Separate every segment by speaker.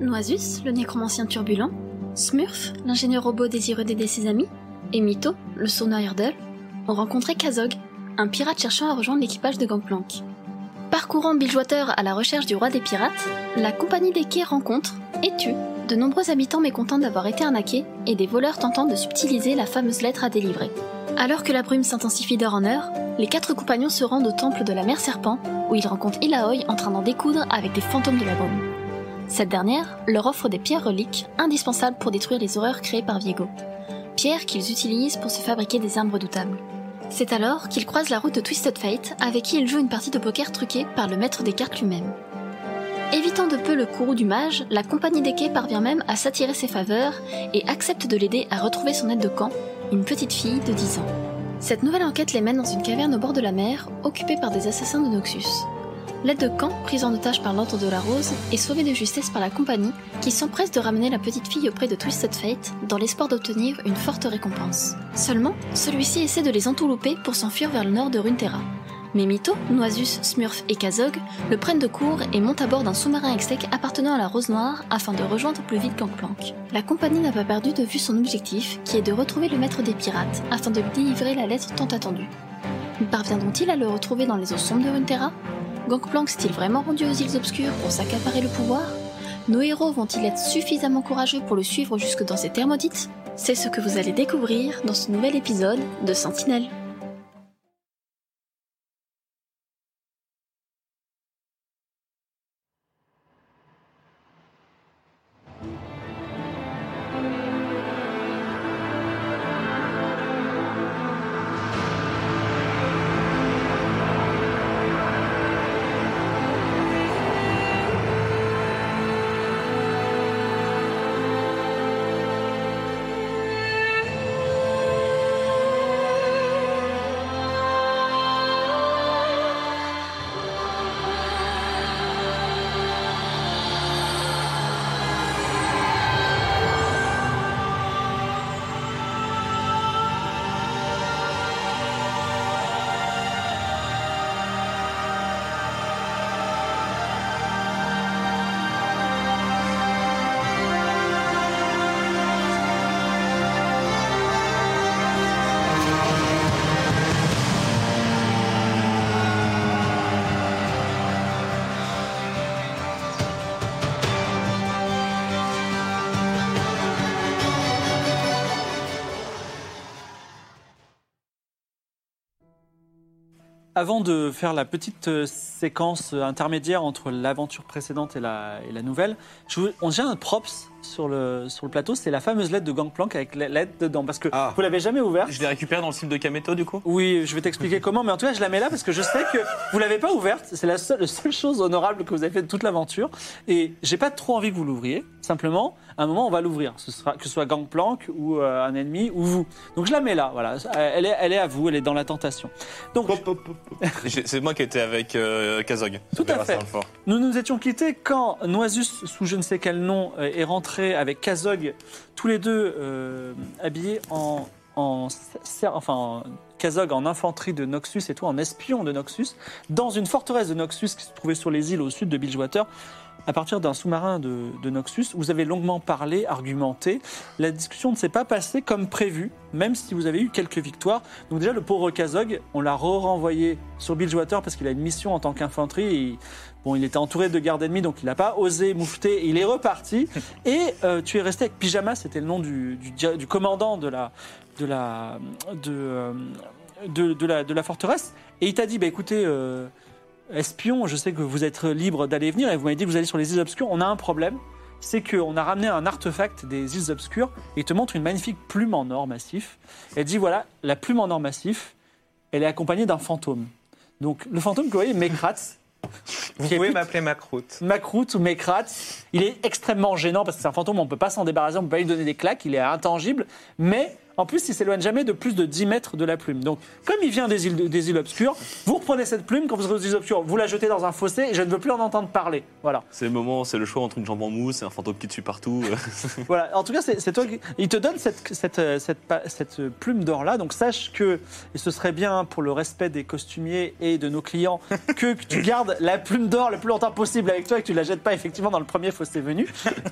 Speaker 1: Noisus, le nécromancien turbulent, Smurf, l'ingénieur robot désireux d'aider ses amis, et Mito, le sournois Hurdle, ont rencontré Kazog, un pirate cherchant à rejoindre l'équipage de Gangplank. Parcourant Bilgewater à la recherche du roi des pirates, la compagnie des quais rencontre et tue de nombreux habitants mécontents d'avoir été arnaqués et des voleurs tentant de subtiliser la fameuse lettre à délivrer. Alors que la brume s'intensifie d'heure en heure, les quatre compagnons se rendent au temple de la mère serpent où ils rencontrent Ilaoi en train d'en découdre avec des fantômes de la brume. Cette dernière leur offre des pierres reliques indispensables pour détruire les horreurs créées par Viego. Pierres qu'ils utilisent pour se fabriquer des armes redoutables. C'est alors qu'ils croisent la route de Twisted Fate, avec qui ils jouent une partie de poker truquée par le maître des cartes lui-même. Évitant de peu le courroux du mage, la compagnie des quais parvient même à s'attirer ses faveurs et accepte de l'aider à retrouver son aide de camp, une petite fille de 10 ans. Cette nouvelle enquête les mène dans une caverne au bord de la mer, occupée par des assassins de Noxus. L'aide de camp, prise en otage par l'ordre de la rose, est sauvée de justesse par la compagnie, qui s'empresse de ramener la petite fille auprès de Twisted Fate dans l'espoir d'obtenir une forte récompense. Seulement, celui-ci essaie de les entourlouper pour s'enfuir vers le nord de Runeterra. Mais Mito, Noisus, Smurf et Kazog le prennent de court et montent à bord d'un sous-marin extec appartenant à la Rose Noire afin de rejoindre plus vite Gangplank. La compagnie n'a pas perdu de vue son objectif, qui est de retrouver le maître des pirates afin de lui délivrer la lettre tant attendue. Parviendront-ils à le retrouver dans les eaux sombres de Runeterra Gangplank s'est-il vraiment rendu aux îles obscures pour s'accaparer le pouvoir Nos héros vont-ils être suffisamment courageux pour le suivre jusque dans ses thermodites C'est ce que vous allez découvrir dans ce nouvel épisode de Sentinelle.
Speaker 2: Avant de faire la petite euh, séquence euh, intermédiaire entre l'aventure précédente et la, et la nouvelle, je vous- on- j'ai un props sur le, sur le plateau, c'est la fameuse lettre de Gangplank avec la lettre dedans, parce que
Speaker 3: Ah.
Speaker 2: vous l'avez jamais ouverte.
Speaker 3: Je l'ai récupéré dans le film de Kameto, du coup
Speaker 2: Oui, je vais t'expliquer comment, mais en tout cas, je la mets là parce que je sais que vous l'avez pas ouverte. C'est la seule, la seule chose honorable que vous avez fait de toute l'aventure. Et j'ai pas trop envie que vous l'ouvriez. Simplement, à un moment, on va l'ouvrir. Ce sera, que ce soit Gangplank ou euh, un ennemi ou vous. Donc je la mets là, voilà. Elle est, elle est à vous, elle est dans la tentation. Donc,
Speaker 3: J'ai- C'est moi qui étais avec euh, Kazog.
Speaker 2: Tout à fait.
Speaker 3: Vincent Lefort.
Speaker 2: Nous nous étions quittés quand Noisus, sous je ne sais quel nom, euh, est rentré avec Kazog, tous les deux euh, habillés en, en cer- enfin, en- Kazog en infanterie de Noxus et toi en espion de Noxus, dans une forteresse de Noxus qui se trouvait sur les îles au sud de Bilgewater. À partir d'un sous-marin de, de Noxus, vous avez longuement parlé, argumenté. La discussion ne s'est pas passée comme prévu, même si vous avez eu quelques victoires. Donc déjà, le pauvre Kazog, on l'a renvoyé sur Bilgewater parce qu'il a une mission en tant qu'infanterie. et il- Bon, il était entouré de gardes ennemis, donc il n'a pas osé moufter. Il est reparti. Et euh, tu es resté avec Pyjama, c'était le nom du, du dia- du commandant de la, de, la, de, euh, de, de la, de la forteresse. Et il t'a dit, bah, écoutez, euh, espion, je sais que vous êtes libre d'aller et venir. Et vous m'avez dit que vous allez sur les îles obscures. On a un problème. C'est qu'on a ramené un artefact des îles obscures. Et il te montre une magnifique plume en or massif. Et dit, voilà, la plume en or massif, elle est accompagnée d'un fantôme. Donc le fantôme que vous voyez, Mekratz,
Speaker 4: Vous
Speaker 2: Qui est
Speaker 4: pouvez
Speaker 2: plus-
Speaker 4: m'appeler Macroute.
Speaker 2: Makrout ou Mekratz, il est extrêmement gênant parce que c'est un fantôme, on ne peut pas s'en débarrasser, on ne peut pas lui donner des claques, il est intangible, mais en plus il s'éloigne jamais de plus de 10 mètres de la plume. Donc comme il vient des îles, des îles obscures, vous reprenez cette plume, quand vous serez aux îles obscures, vous la jetez dans un fossé et je ne veux plus en entendre parler. Voilà.
Speaker 3: C'est le moment, c'est le choix entre une jambe en mousse et un fantôme qui te suit partout.
Speaker 2: Voilà, en tout cas, c'est c'est toi qui. Il te donne cette, cette, euh, cette, pa- cette plume d'or-là, donc sache que, et ce serait bien pour le respect des costumiers et de nos clients, que, que tu gardes la plume d'or le plus longtemps possible avec toi et que tu la jettes pas effectivement dans le premier fossé venu.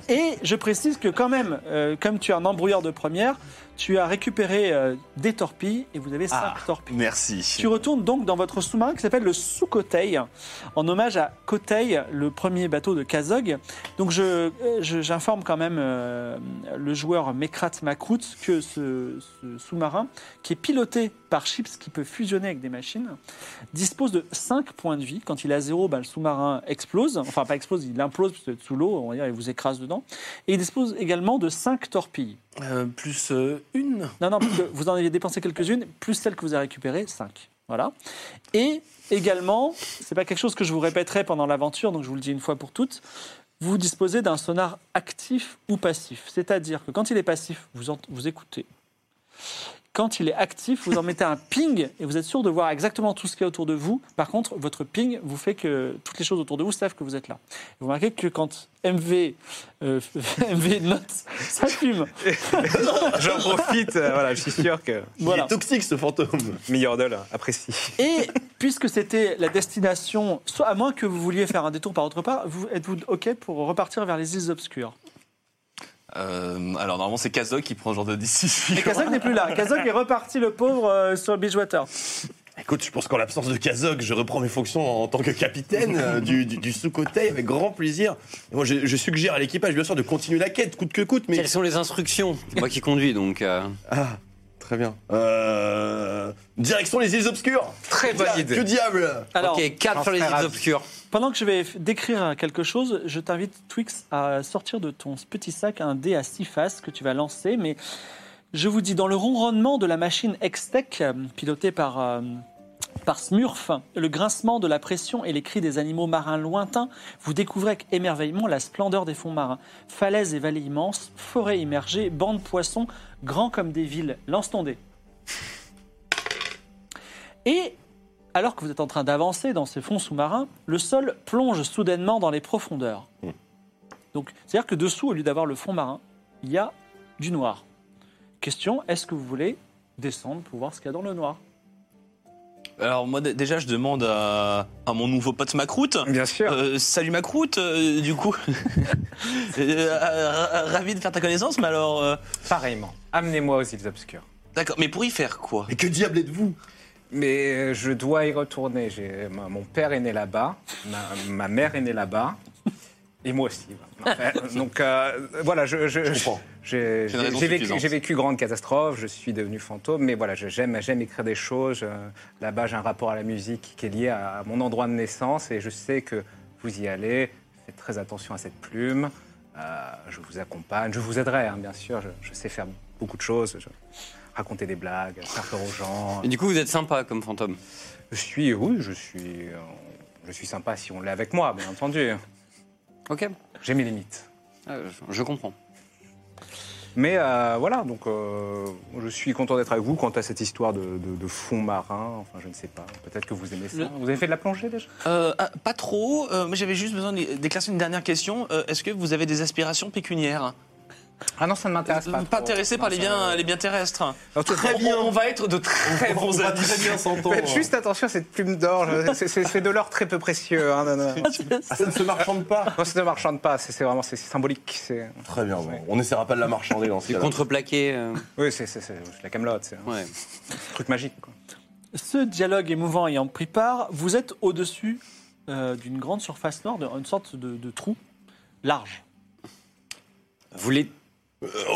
Speaker 2: Et je précise que, quand même, euh, comme tu es un embrouilleur de première, tu as récupéré euh, des torpilles et vous avez cinq
Speaker 3: Ah.
Speaker 2: torpilles.
Speaker 3: Merci.
Speaker 2: Tu retournes donc dans votre sous-marin qui s'appelle le Sous-Coteil, en hommage à Coteil, le premier bateau de Kazog. Donc je- euh, je- j'informe quand même euh, le joueur Mekrat Makrut que ce, ce sous-marin, qui est piloté par Chips, qui peut fusionner avec des machines, dispose de 5 points de vie. Quand il a 0, le sous-marin explose. Enfin, pas explose, il implose parce que vous êtes sous l'eau, on va dire, il vous écrase dedans. Et il dispose également de 5 torpilles.
Speaker 3: Euh, plus euh, une.
Speaker 2: Non, non, parce que vous en aviez dépensé quelques-unes, plus celles que vous avez récupérées, 5. Voilà. Et également, c'est pas quelque chose que je vous répéterai pendant l'aventure, donc je vous le dis une fois pour toutes, vous disposez d'un sonar actif ou passif. C'est-à-dire que quand il est passif, vous, ent- vous écoutez. Quand il est actif, vous en mettez un ping et vous êtes sûr de voir exactement tout ce qu'il y a autour de vous. Par contre, votre ping vous fait que toutes les choses autour de vous savent que vous êtes là. Et vous remarquez que quand MV, euh, MV note, ça fume.
Speaker 4: J'en profite, euh, voilà, je suis sûr que
Speaker 2: Voilà.
Speaker 5: toxique ce fantôme.
Speaker 4: Milliardol apprécie.
Speaker 2: Et puisque c'était la destination, soit à moins que vous vouliez faire un détour par autre part, vous êtes-vous OK pour repartir vers les îles obscures
Speaker 3: Euh, alors normalement c'est Kazok qui prend ce genre de décision.
Speaker 2: Et Kazak n'est plus là. Kazak est reparti, le pauvre, euh, sur Bridgewater.
Speaker 5: Écoute, je pense qu'en l'absence de Kazog, je reprends mes fonctions en tant que capitaine euh, du, du, du sous-côté avec grand plaisir. Et moi, je, je suggère à l'équipage, bien sûr, de continuer la quête, coûte que coûte, mais.
Speaker 6: Quelles sont les instructions C'est moi qui conduis, donc... euh,
Speaker 5: Ah, très bien. Euh, Direction les îles obscures
Speaker 4: Très bonne
Speaker 5: Dia- Que
Speaker 4: idée.
Speaker 5: diable
Speaker 2: Alors,
Speaker 6: ok, 4 sur les
Speaker 4: frère
Speaker 6: îles
Speaker 4: a-
Speaker 6: obscures.
Speaker 2: pendant que je vais f- décrire quelque chose, je t'invite, Twix, à sortir de ton petit sac un dé à six faces que tu vas lancer. Mais je vous dis, dans le ronronnement de la machine Extech, euh, pilotée par. euh, par Smurf, le grincement de la pression et les cris des animaux marins lointains, vous découvrez avec émerveillement la splendeur des fonds marins. Falaises et vallées immenses, forêts immergées, bancs de poissons, grands comme des villes. Lance ton dé. Et alors que vous êtes en train d'avancer dans ces fonds sous-marins, le sol plonge soudainement dans les profondeurs. Donc, c'est-à-dire que dessous, au lieu d'avoir le fond marin, il y a du noir. Question est-ce que vous voulez descendre pour voir ce qu'il y a dans le noir
Speaker 3: Alors moi d- déjà je demande à, à mon nouveau pote Macroute.
Speaker 4: Bien sûr.
Speaker 3: Euh, salut Macroute, euh, du coup. Euh, euh, ravi de faire ta connaissance, mais alors. euh,
Speaker 4: Pareillement. Amenez-moi aux îles obscures.
Speaker 3: D'accord, mais pour y faire quoi
Speaker 5: Mais que diable êtes-vous
Speaker 4: Mais euh, je dois y retourner. J'ai- ma- Mon père est né là-bas, ma, ma mère est née là-bas, et moi aussi. Enfin, Donc euh, voilà, je, je-
Speaker 5: Je comprends.
Speaker 4: j'ai-
Speaker 3: C'est une raison
Speaker 4: j'ai vécu,
Speaker 3: suffisante.
Speaker 4: j'ai vécu grande catastrophe, je suis devenu fantôme, mais voilà, je- j'aime j'aime écrire des choses. Je- Là-bas, j'ai un rapport à la musique qui est lié à mon endroit de naissance, et je sais que vous y allez. Faites très attention à cette plume. Euh, je vous accompagne, je vous aiderai, hein, bien sûr. Je, je sais faire beaucoup de choses. Je- Raconter des blagues, faire peur aux gens.
Speaker 6: Et du coup, vous êtes sympa comme fantôme.
Speaker 4: Je suis, oui, je suis, euh, je suis sympa si on l'est avec moi, bien entendu.
Speaker 6: Ok,
Speaker 4: J'ai mes limites.
Speaker 6: euh, je comprends.
Speaker 4: Mais euh, voilà, donc euh, je suis content d'être avec vous quant à cette histoire de, de- de fond marin. Enfin, je ne sais pas. Peut-être que vous aimez ça.
Speaker 3: Le-
Speaker 4: Vous avez fait de la plongée déjà
Speaker 3: Euh, ah, Pas trop, euh, mais j'avais juste besoin d'é- d'éclaircir une dernière question. Euh, Est-ce que vous avez des aspirations pécuniaires
Speaker 4: Ah non, ça ne m'intéresse
Speaker 3: Euh,
Speaker 4: pas.
Speaker 3: Pas,
Speaker 4: trop.
Speaker 3: intéressé par
Speaker 4: Non,
Speaker 3: les
Speaker 4: ça-
Speaker 3: biens, les biens terrestres
Speaker 4: En
Speaker 6: Oh.
Speaker 4: tout cas,
Speaker 3: Très bien On va être de très
Speaker 5: On
Speaker 3: bons
Speaker 5: va
Speaker 3: amis.
Speaker 5: très bien s'entendre.
Speaker 4: Faites juste attention à cette plume d'or. je- c'est- C'est c'est de l'or très peu précieux. hein, non, non, non.
Speaker 5: Ah, ça ne se marchande pas
Speaker 4: Non, c'est ne marchande pas. C'est c'est vraiment c'est c'est symbolique. c'est-
Speaker 5: Très bien, bon, on n'essaiera pas de la marchander dans ce
Speaker 6: Du
Speaker 5: cas
Speaker 6: contreplaqué, euh,
Speaker 4: Oui, c'est c'est- c'est la camelote. C'est un
Speaker 6: ouais.
Speaker 4: truc magique. quoi.
Speaker 2: Ce dialogue émouvant ayant pris part, vous êtes au-dessus euh, d'une grande surface noire, d'une sorte de, de trou large.
Speaker 6: Vous les...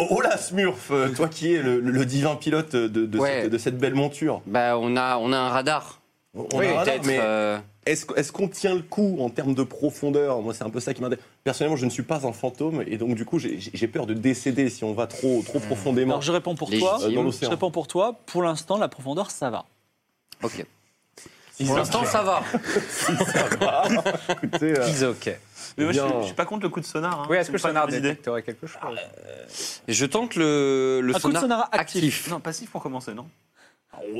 Speaker 5: Oh là, Smurf, euh, toi qui es le, le divin pilote de, de
Speaker 6: Ouais.
Speaker 5: cette, de cette belle monture.
Speaker 6: Bah, on a, on a un radar.
Speaker 5: On
Speaker 6: Oui,
Speaker 5: a un radar,
Speaker 6: peut-être...
Speaker 5: mais
Speaker 6: euh,
Speaker 5: est-ce, qu- est-ce qu'on tient le coup en termes de profondeur Moi, c'est un peu ça qui m'intéresse. Personnellement, je ne suis pas un fantôme et donc, du coup, j'ai, j'ai- j'ai peur de décéder si on va trop, trop profondément
Speaker 2: Alors je réponds pour
Speaker 6: Légitime.
Speaker 2: toi.
Speaker 5: euh, dans
Speaker 2: Je
Speaker 5: l'océan.
Speaker 2: réponds pour toi. Pour l'instant, la profondeur, ça va.
Speaker 6: Ok. Pour l'instant, ça va.
Speaker 7: Écoutez, euh,
Speaker 4: Ils ok.
Speaker 5: Mais moi, je
Speaker 7: Bien.
Speaker 5: suis- je suis pas contre le coup de sonar. hein.
Speaker 4: Oui, est-ce
Speaker 5: C'est
Speaker 4: que le
Speaker 5: pas une
Speaker 4: sonar
Speaker 5: mauvaise idée.
Speaker 4: détecterait quelque
Speaker 3: Ah,
Speaker 4: chose
Speaker 6: Et Je tente le, le
Speaker 2: Un coup de
Speaker 6: sonar,
Speaker 2: sonar actif.
Speaker 6: actif.
Speaker 5: Non, passif pour commencer, non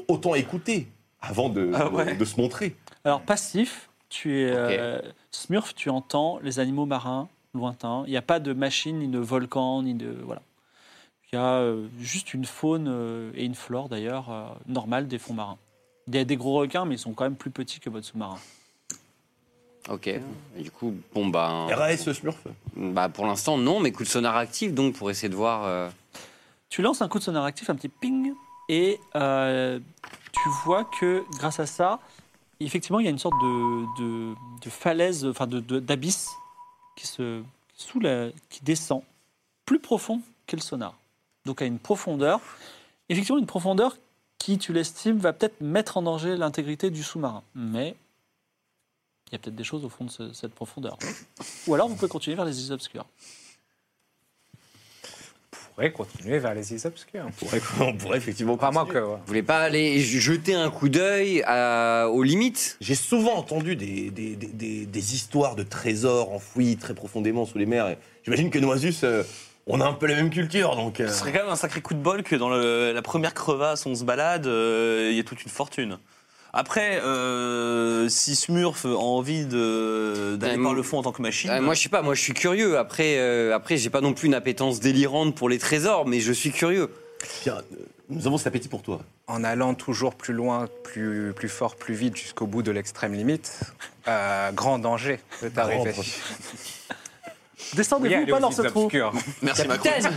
Speaker 3: Autant écouter avant de,
Speaker 5: Ah ouais.
Speaker 3: de se montrer.
Speaker 2: Alors, passif, tu es. euh, Smurf, tu entends les animaux marins lointains. Il n'y a pas de machine, ni de volcan, ni de. Voilà. Il y a euh, juste une faune euh, et une flore, d'ailleurs, euh, normale des fonds marins. Il y a des gros requins, mais ils sont quand même plus petits que votre sous-marin.
Speaker 6: Ok. Et du coup, bon, bah,
Speaker 3: RAS Smurf.
Speaker 6: bah, pour l'instant, non, mais coup de sonar actif, donc pour essayer de voir. euh,
Speaker 2: Tu lances un coup de sonar actif, un petit ping, et euh, tu vois que grâce à ça, effectivement, il y a une sorte de, de- de falaise, enfin de- de- d'abysse qui se sous la, qui descend plus profond que le sonar. Donc à une profondeur, effectivement une profondeur qui, tu l'estimes, va peut-être mettre en danger l'intégrité du sous-marin. Mais il y a peut-être des choses au fond de ce- cette profondeur. Ou alors vous pouvez continuer vers les îles obscures.
Speaker 4: On pourrait continuer vers les îles obscures.
Speaker 3: On pourrait, on pourrait effectivement.
Speaker 4: Pas moi
Speaker 3: continuer.
Speaker 4: que. ouais.
Speaker 6: Vous voulez pas aller jeter un coup d'œil à- aux limites
Speaker 3: J'ai souvent entendu des, des, des- des- des histoires de trésors enfouis très profondément sous les mers. et J'imagine que Noisus, euh, on a un peu la même culture, donc. euh,
Speaker 5: Ce serait quand même un sacré coup de bol que dans le- la première crevasse, on se balade, euh, il y a toute une fortune. Après, euh, si Smurf a envie de- d'aller
Speaker 6: Euh,
Speaker 5: par le fond en tant que machine,
Speaker 6: Euh, Moi, je sais pas, moi, je suis curieux. Après, euh, après j'ai pas non plus une appétence délirante pour les trésors, mais je suis curieux.
Speaker 3: Pierre, euh, nous avons cet appétit pour toi.
Speaker 4: En allant toujours plus loin, plus, plus fort, plus vite, jusqu'au bout de l'extrême limite, euh, grand danger peut arriver.
Speaker 3: Grand-
Speaker 4: Oui,
Speaker 2: Descendez-vous
Speaker 4: allez
Speaker 2: pas
Speaker 4: aux
Speaker 2: dans ce
Speaker 4: îles
Speaker 2: trou.
Speaker 4: obscures.
Speaker 5: merci Macron.
Speaker 6: Capitaine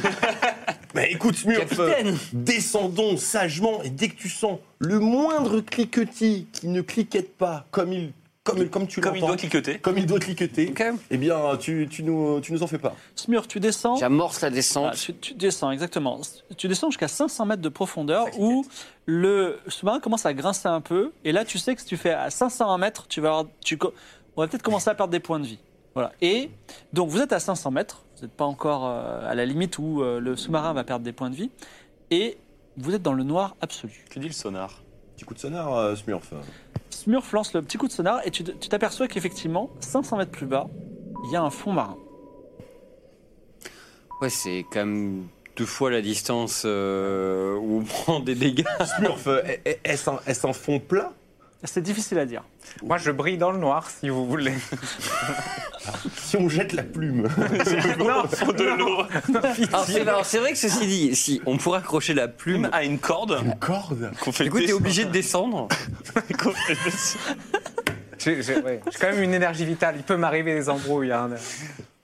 Speaker 3: Bah écoute, Smurf,
Speaker 6: Capitaine
Speaker 3: euh, descendons sagement et dès que tu sens le moindre cliquetis qui ne cliquette pas comme il comme, comme tu
Speaker 5: Comme il doit
Speaker 3: l'entends,
Speaker 5: cliqueter.
Speaker 3: comme il doit cliqueter,
Speaker 6: Ok.
Speaker 3: eh bien tu, tu nous tu nous en fais pas.
Speaker 2: Smurf, tu descends.
Speaker 6: J'amorce la
Speaker 2: Ah,
Speaker 6: descente.
Speaker 2: tu, tu descends, exactement. Tu descends jusqu'à 500 mètres de profondeur où le sous-marin commence à grincer un peu. Et là, tu sais que si tu fais à 501 mètres, tu vas avoir- tu, co- on va peut-être commencer à perdre des points de vie. Voilà. Et donc, vous êtes à 500 mètres. Vous n'êtes pas encore euh, à la limite où euh, le sous-marin va perdre des points de vie. Et vous êtes dans le noir absolu.
Speaker 5: Que dit le sonar
Speaker 3: Petit coup de sonar, euh, Smurf.
Speaker 2: Smurf lance le petit coup de sonar et tu te- tu t'aperçois qu'effectivement, 500 mètres plus bas, il y a un fond marin.
Speaker 6: Ouais, c'est quand même deux fois la distance euh, où on prend des dégâts.
Speaker 3: Smurf, euh, est- est- est-ce un, est-ce un fond plat
Speaker 2: C'est difficile à dire.
Speaker 4: Moi, je brille dans le noir, si vous voulez.
Speaker 3: Si on jette la plume.
Speaker 5: Non, fond de l'eau.
Speaker 6: Alors, c'est alors, c'est vrai que ceci dit, si on pourrait accrocher la
Speaker 5: Plume
Speaker 6: plume.
Speaker 5: à une corde.
Speaker 3: Une corde
Speaker 5: Qu'on fait
Speaker 6: Du coup,
Speaker 5: le
Speaker 6: t'es
Speaker 5: test.
Speaker 6: obligé de Ah, descendre. Ah
Speaker 5: Qu'on fait le test.
Speaker 4: J'ai j'ai- ouais, j'ai quand même une énergie vitale. Il peut m'arriver des embrouilles. hein.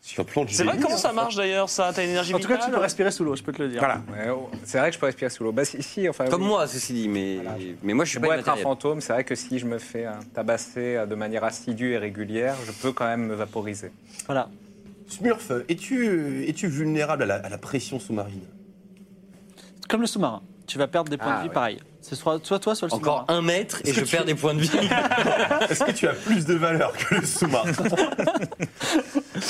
Speaker 3: Sur un plan de
Speaker 5: C'est vrai,
Speaker 3: génie,
Speaker 5: comment ça marche d'ailleurs ça T'as une énergie
Speaker 2: En tout cas, tu
Speaker 5: vitale
Speaker 2: peux respirer sous l'eau, je peux te le dire.
Speaker 4: Voilà. Ouais, oh, C'est vrai que je peux respirer sous l'eau. Bah, si, si, enfin,
Speaker 6: Comme
Speaker 4: oui.
Speaker 6: moi, ceci dit, mais,
Speaker 4: Voilà.
Speaker 6: mais moi, je
Speaker 4: Je
Speaker 6: suis
Speaker 4: peux
Speaker 6: pas
Speaker 4: être un
Speaker 6: immatériel.
Speaker 4: fantôme. C'est vrai que si je me fais euh, tabasser euh, de manière assidue et régulière, je peux quand même me vaporiser.
Speaker 2: Voilà.
Speaker 3: Smurf, es-tu es-tu vulnérable à la, à la pression sous-marine
Speaker 2: Comme le sous-marin. Tu vas perdre des points
Speaker 6: Ah,
Speaker 2: de vie
Speaker 6: ouais.
Speaker 2: pareil. C'est soit, soit toi, soit le sous-marin.
Speaker 6: Encore un mètre et je perds des points de vie.
Speaker 3: Est-ce que tu as plus de valeur que le sous-marin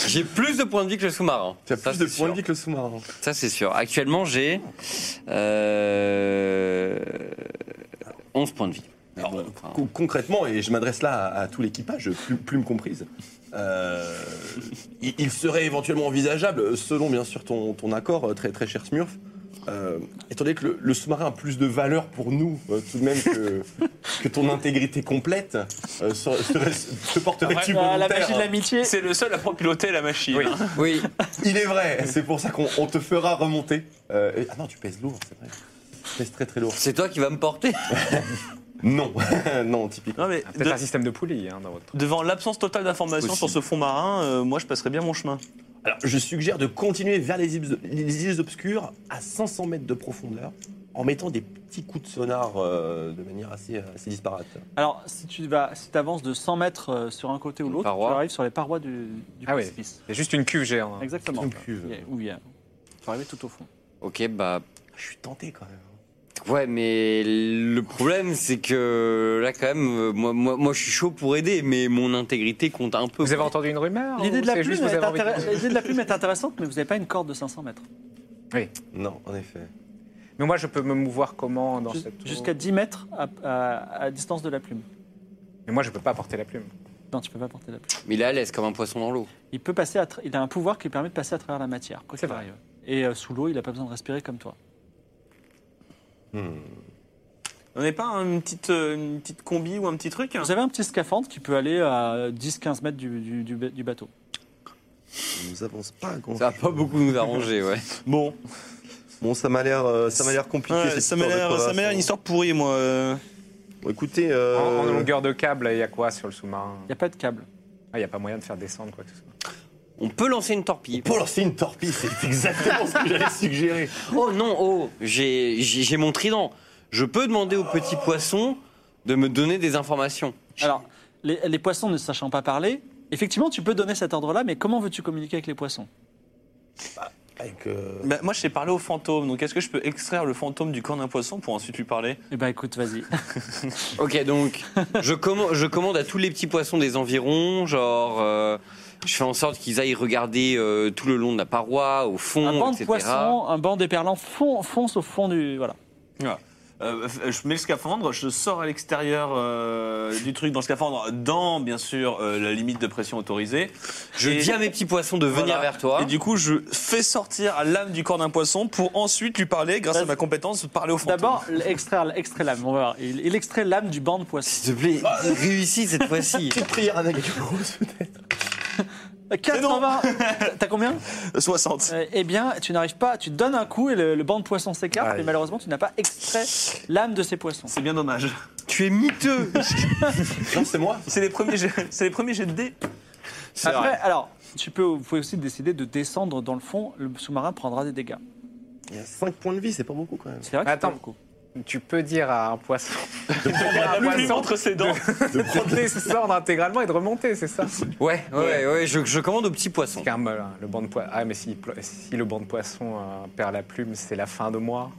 Speaker 6: J'ai plus de points de vie que le sous-marin.
Speaker 3: Tu as
Speaker 6: Ça,
Speaker 3: plus de
Speaker 6: c'est
Speaker 3: points de
Speaker 6: sûr.
Speaker 3: vie que le sous-marin.
Speaker 6: Ça, c'est sûr. Actuellement, j'ai euh, 11 points de vie. Mais
Speaker 3: Alors,
Speaker 6: bon,
Speaker 3: euh,
Speaker 6: enfin,
Speaker 3: con- concrètement, et je m'adresse là à, à tout l'équipage, plume, plume comprise, euh, il, il serait éventuellement envisageable, selon bien sûr ton, ton accord, euh, très, très cher Smurf, euh, étant donné que le, le sous-marin a plus de valeur pour nous euh, tout de même que, que ton intégrité complète, euh, serait- serait- te porterais-tu
Speaker 2: Ah, la magie de
Speaker 3: volontaire
Speaker 2: l'amitié.
Speaker 5: C'est le seul à pouvoir piloter la machine.
Speaker 4: Oui.
Speaker 6: Oui,
Speaker 3: Il est vrai, c'est pour ça qu'on on te fera remonter. Euh, et- ah non, tu pèses lourd, c'est vrai. Tu pèses très très lourd.
Speaker 6: c'est toi qui vas me porter.
Speaker 3: Non, non, typiquement.
Speaker 5: Non mais
Speaker 4: Ah,
Speaker 5: de-
Speaker 4: Peut-être un système de poulie hein, dans votre.
Speaker 5: devant l'absence totale d'informations
Speaker 3: Possible.
Speaker 5: sur ce fond marin, euh, moi je passerais bien mon chemin.
Speaker 3: Alors, je suggère de continuer vers les îles, les îles obscures à 500 mètres de profondeur en mettant des petits coups de sonar euh, de manière assez, assez disparate.
Speaker 2: Alors, si tu vas, si avances de 100 mètres euh, sur un côté ou
Speaker 6: Une
Speaker 2: l'autre, tu
Speaker 6: paroi.
Speaker 2: arrives sur les parois du, du
Speaker 4: Ah oui.
Speaker 2: précipice.
Speaker 4: C'est juste une cuve géante.
Speaker 2: Exactement.
Speaker 3: Une cuve.
Speaker 2: Il y a- Où il y a. Tu arrives tout au fond.
Speaker 6: Ok, bah.
Speaker 3: Je suis tenté quand même.
Speaker 6: Ouais, mais le problème, c'est que là, quand même, euh, moi, moi, moi, je suis chaud pour aider, mais mon intégrité compte un peu.
Speaker 4: Vous avez
Speaker 6: quoi.
Speaker 4: entendu une rumeur
Speaker 2: L'idée
Speaker 4: ou
Speaker 2: de, la
Speaker 4: c'est
Speaker 2: plume
Speaker 4: Ah, juste vous
Speaker 2: est
Speaker 4: avez envie de-
Speaker 2: intéress- l'idée de la plume est intéressante, mais vous n'avez pas une corde de 500 mètres.
Speaker 3: Non, en effet.
Speaker 4: Mais moi, je peux me mouvoir comment dans
Speaker 2: Jus-
Speaker 4: cette.
Speaker 2: Jusqu'à 10 mètres à, à- à distance de la plume.
Speaker 4: Mais moi, je peux pas porter la plume.
Speaker 2: Non, tu peux pas porter la plume.
Speaker 6: Mais il est à l'aise comme un poisson dans l'eau.
Speaker 2: Il peut passer. À tra- Il a un pouvoir qui lui permet de passer à travers la matière. quoi
Speaker 4: C'est
Speaker 2: qu'il
Speaker 4: vrai.
Speaker 2: arrive. Et euh, sous l'eau, il a pas besoin de respirer comme toi.
Speaker 3: On n'est pas une petite, euh, une petite combi ou un petit truc hein
Speaker 2: Vous avez un petit scaphandre qui peut aller à 10-15 mètres du, du- du ba- du bateau.
Speaker 5: Nous avance pas à grand
Speaker 6: Ça va pas beaucoup nous arranger, ouais.
Speaker 3: Bon,
Speaker 5: Bon, ça m'a l'air, euh, ça m'a l'air compliqué.
Speaker 3: Ouais,
Speaker 5: cette
Speaker 3: ça m'a
Speaker 5: histoire de
Speaker 3: l'air ça
Speaker 5: crevasse,
Speaker 3: m'a l'air
Speaker 5: hein.
Speaker 3: une histoire pourrie, moi. euh.
Speaker 5: Bon, écoutez, euh,
Speaker 4: En, en longueur de câble, il y a quoi sur le sous-marin
Speaker 2: Il n'y a pas de câble.
Speaker 4: Ah, Il n'y a pas moyen de faire descendre quoi que ce soit.
Speaker 6: On peut lancer une torpille.
Speaker 5: pour lancer une torpille, c'est exactement ce que j'allais suggérer.
Speaker 6: Oh non, oh, j'ai j'ai- j'ai mon trident. Je peux demander au petit poisson de me donner des informations.
Speaker 2: Alors, les, les poissons ne sachant pas parler, effectivement, tu peux donner cet ordre-là, mais comment veux-tu communiquer avec les poissons
Speaker 5: Avec, euh,
Speaker 3: Bah, moi, je sais parler au fantôme, donc est-ce que je peux extraire le fantôme du corps d'un poisson pour ensuite lui parler
Speaker 2: Eh ben, écoute, vas-y.
Speaker 6: Ok, donc je, commo- je commande à tous les petits poissons des environs, genre euh, je fais en sorte qu'ils aillent regarder euh, tout le long de la paroi, au fond,
Speaker 2: un banc de
Speaker 6: etc.
Speaker 2: poissons, un banc d'éperlants fon- fonce au fond du. Voilà.
Speaker 3: Voilà. Euh, f- je mets le scaphandre, je sors à l'extérieur euh, du truc dans le scaphandre, dans bien sûr euh, la limite de pression autorisée.
Speaker 6: Je
Speaker 3: Et-
Speaker 6: dis à mes petits poissons de venir
Speaker 3: Voilà.
Speaker 6: vers toi.
Speaker 3: Et du coup, je fais sortir l'âme du corps d'un poisson pour ensuite lui parler, grâce à ma compétence, parler au fantôme.
Speaker 2: D'abord, extraire, extrait l'âme. On va voir. Il, il extrait l'âme du banc de poissons.
Speaker 6: S'il te plaît, réussis cette fois-ci.
Speaker 5: Petite prière à Nagakuros, peut-être.
Speaker 2: 80 T'as combien
Speaker 3: 60.
Speaker 2: Euh, Eh bien, tu n'arrives pas. Tu donnes un coup et le, le banc de poissons s'écarte,
Speaker 4: Aïe.
Speaker 2: mais malheureusement, tu n'as pas extrait l'âme de ces poissons.
Speaker 3: C'est bien dommage.
Speaker 6: tu es miteux.
Speaker 5: Non, c'est moi.
Speaker 3: C'est les premiers jets, c'est les premiers jets de dés. C'est
Speaker 2: Après,
Speaker 3: vrai.
Speaker 2: alors, tu peux, vous pouvez aussi décider de descendre dans le fond. Le sous-marin prendra des dégâts.
Speaker 5: Il y a 5 points de vie, c'est pas beaucoup quand même.
Speaker 2: C'est vrai que
Speaker 6: Ah,
Speaker 4: Attends.
Speaker 2: c'est pas beaucoup.
Speaker 4: Tu peux dire à un poisson de prendre
Speaker 3: La
Speaker 4: un
Speaker 3: plume
Speaker 4: poisson,
Speaker 3: entre ses dents.
Speaker 4: de descendre intégralement et de remonter, c'est ça
Speaker 6: Ouais, ouais, ouais, ouais, je, je commande aux petits poissons.
Speaker 4: Car euh, le banc de poisson. Ah, mais si, plo- si le banc de poisson euh, perd la plume, c'est la fin de moi.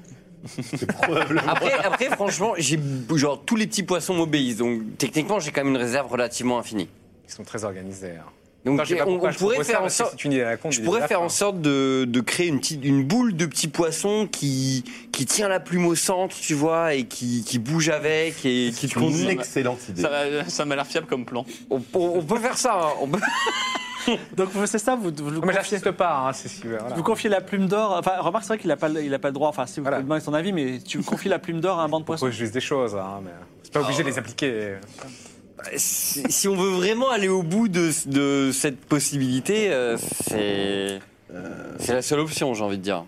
Speaker 5: C'est probablement.
Speaker 6: Après, après franchement, j'ai genre tous les petits poissons m'obéissent, donc techniquement j'ai quand même une réserve relativement infinie.
Speaker 4: Ils sont très organisés. hein.
Speaker 6: Donc
Speaker 4: Enfin, je sais pas
Speaker 6: on,
Speaker 4: pourquoi
Speaker 6: on
Speaker 4: je
Speaker 6: pourrait
Speaker 4: propose ça,
Speaker 6: faire en
Speaker 4: parce que
Speaker 6: sorte.
Speaker 4: si tu n'y es à la con,
Speaker 6: Je
Speaker 4: il est
Speaker 6: pourrais
Speaker 4: déjà
Speaker 6: faire
Speaker 5: hein.
Speaker 4: fin.
Speaker 6: en sorte de, de créer une, petite, une boule de petits poissons qui, qui tient la plume au centre, tu vois, et qui, qui bouge avec et qui
Speaker 5: C'est une
Speaker 6: tourne.
Speaker 5: excellente idée.
Speaker 3: Ça, va- ça m'a l'air fiable comme plan.
Speaker 6: On, on- on peut faire ça. hein, on peut-
Speaker 2: Donc, c'est ça, vous, vous,
Speaker 4: Non, mais j'insiste pas, hein, c'est si. voilà.
Speaker 2: vous confiez la plume d'or. Enfin, remarque, c'est vrai qu'il n'a pas, le- il a pas le droit. Enfin, si vous
Speaker 4: Voilà.
Speaker 2: pouvez demander son avis, mais tu confies la plume d'or à un banc de
Speaker 4: Je
Speaker 2: poissons.
Speaker 4: propose juste des choses, hein, mais c'est pas
Speaker 6: Ah,
Speaker 4: obligé de les appliquer. euh,
Speaker 6: si, si on veut vraiment aller au bout de, de cette possibilité, euh, c'est c'est la seule option, j'ai envie de dire.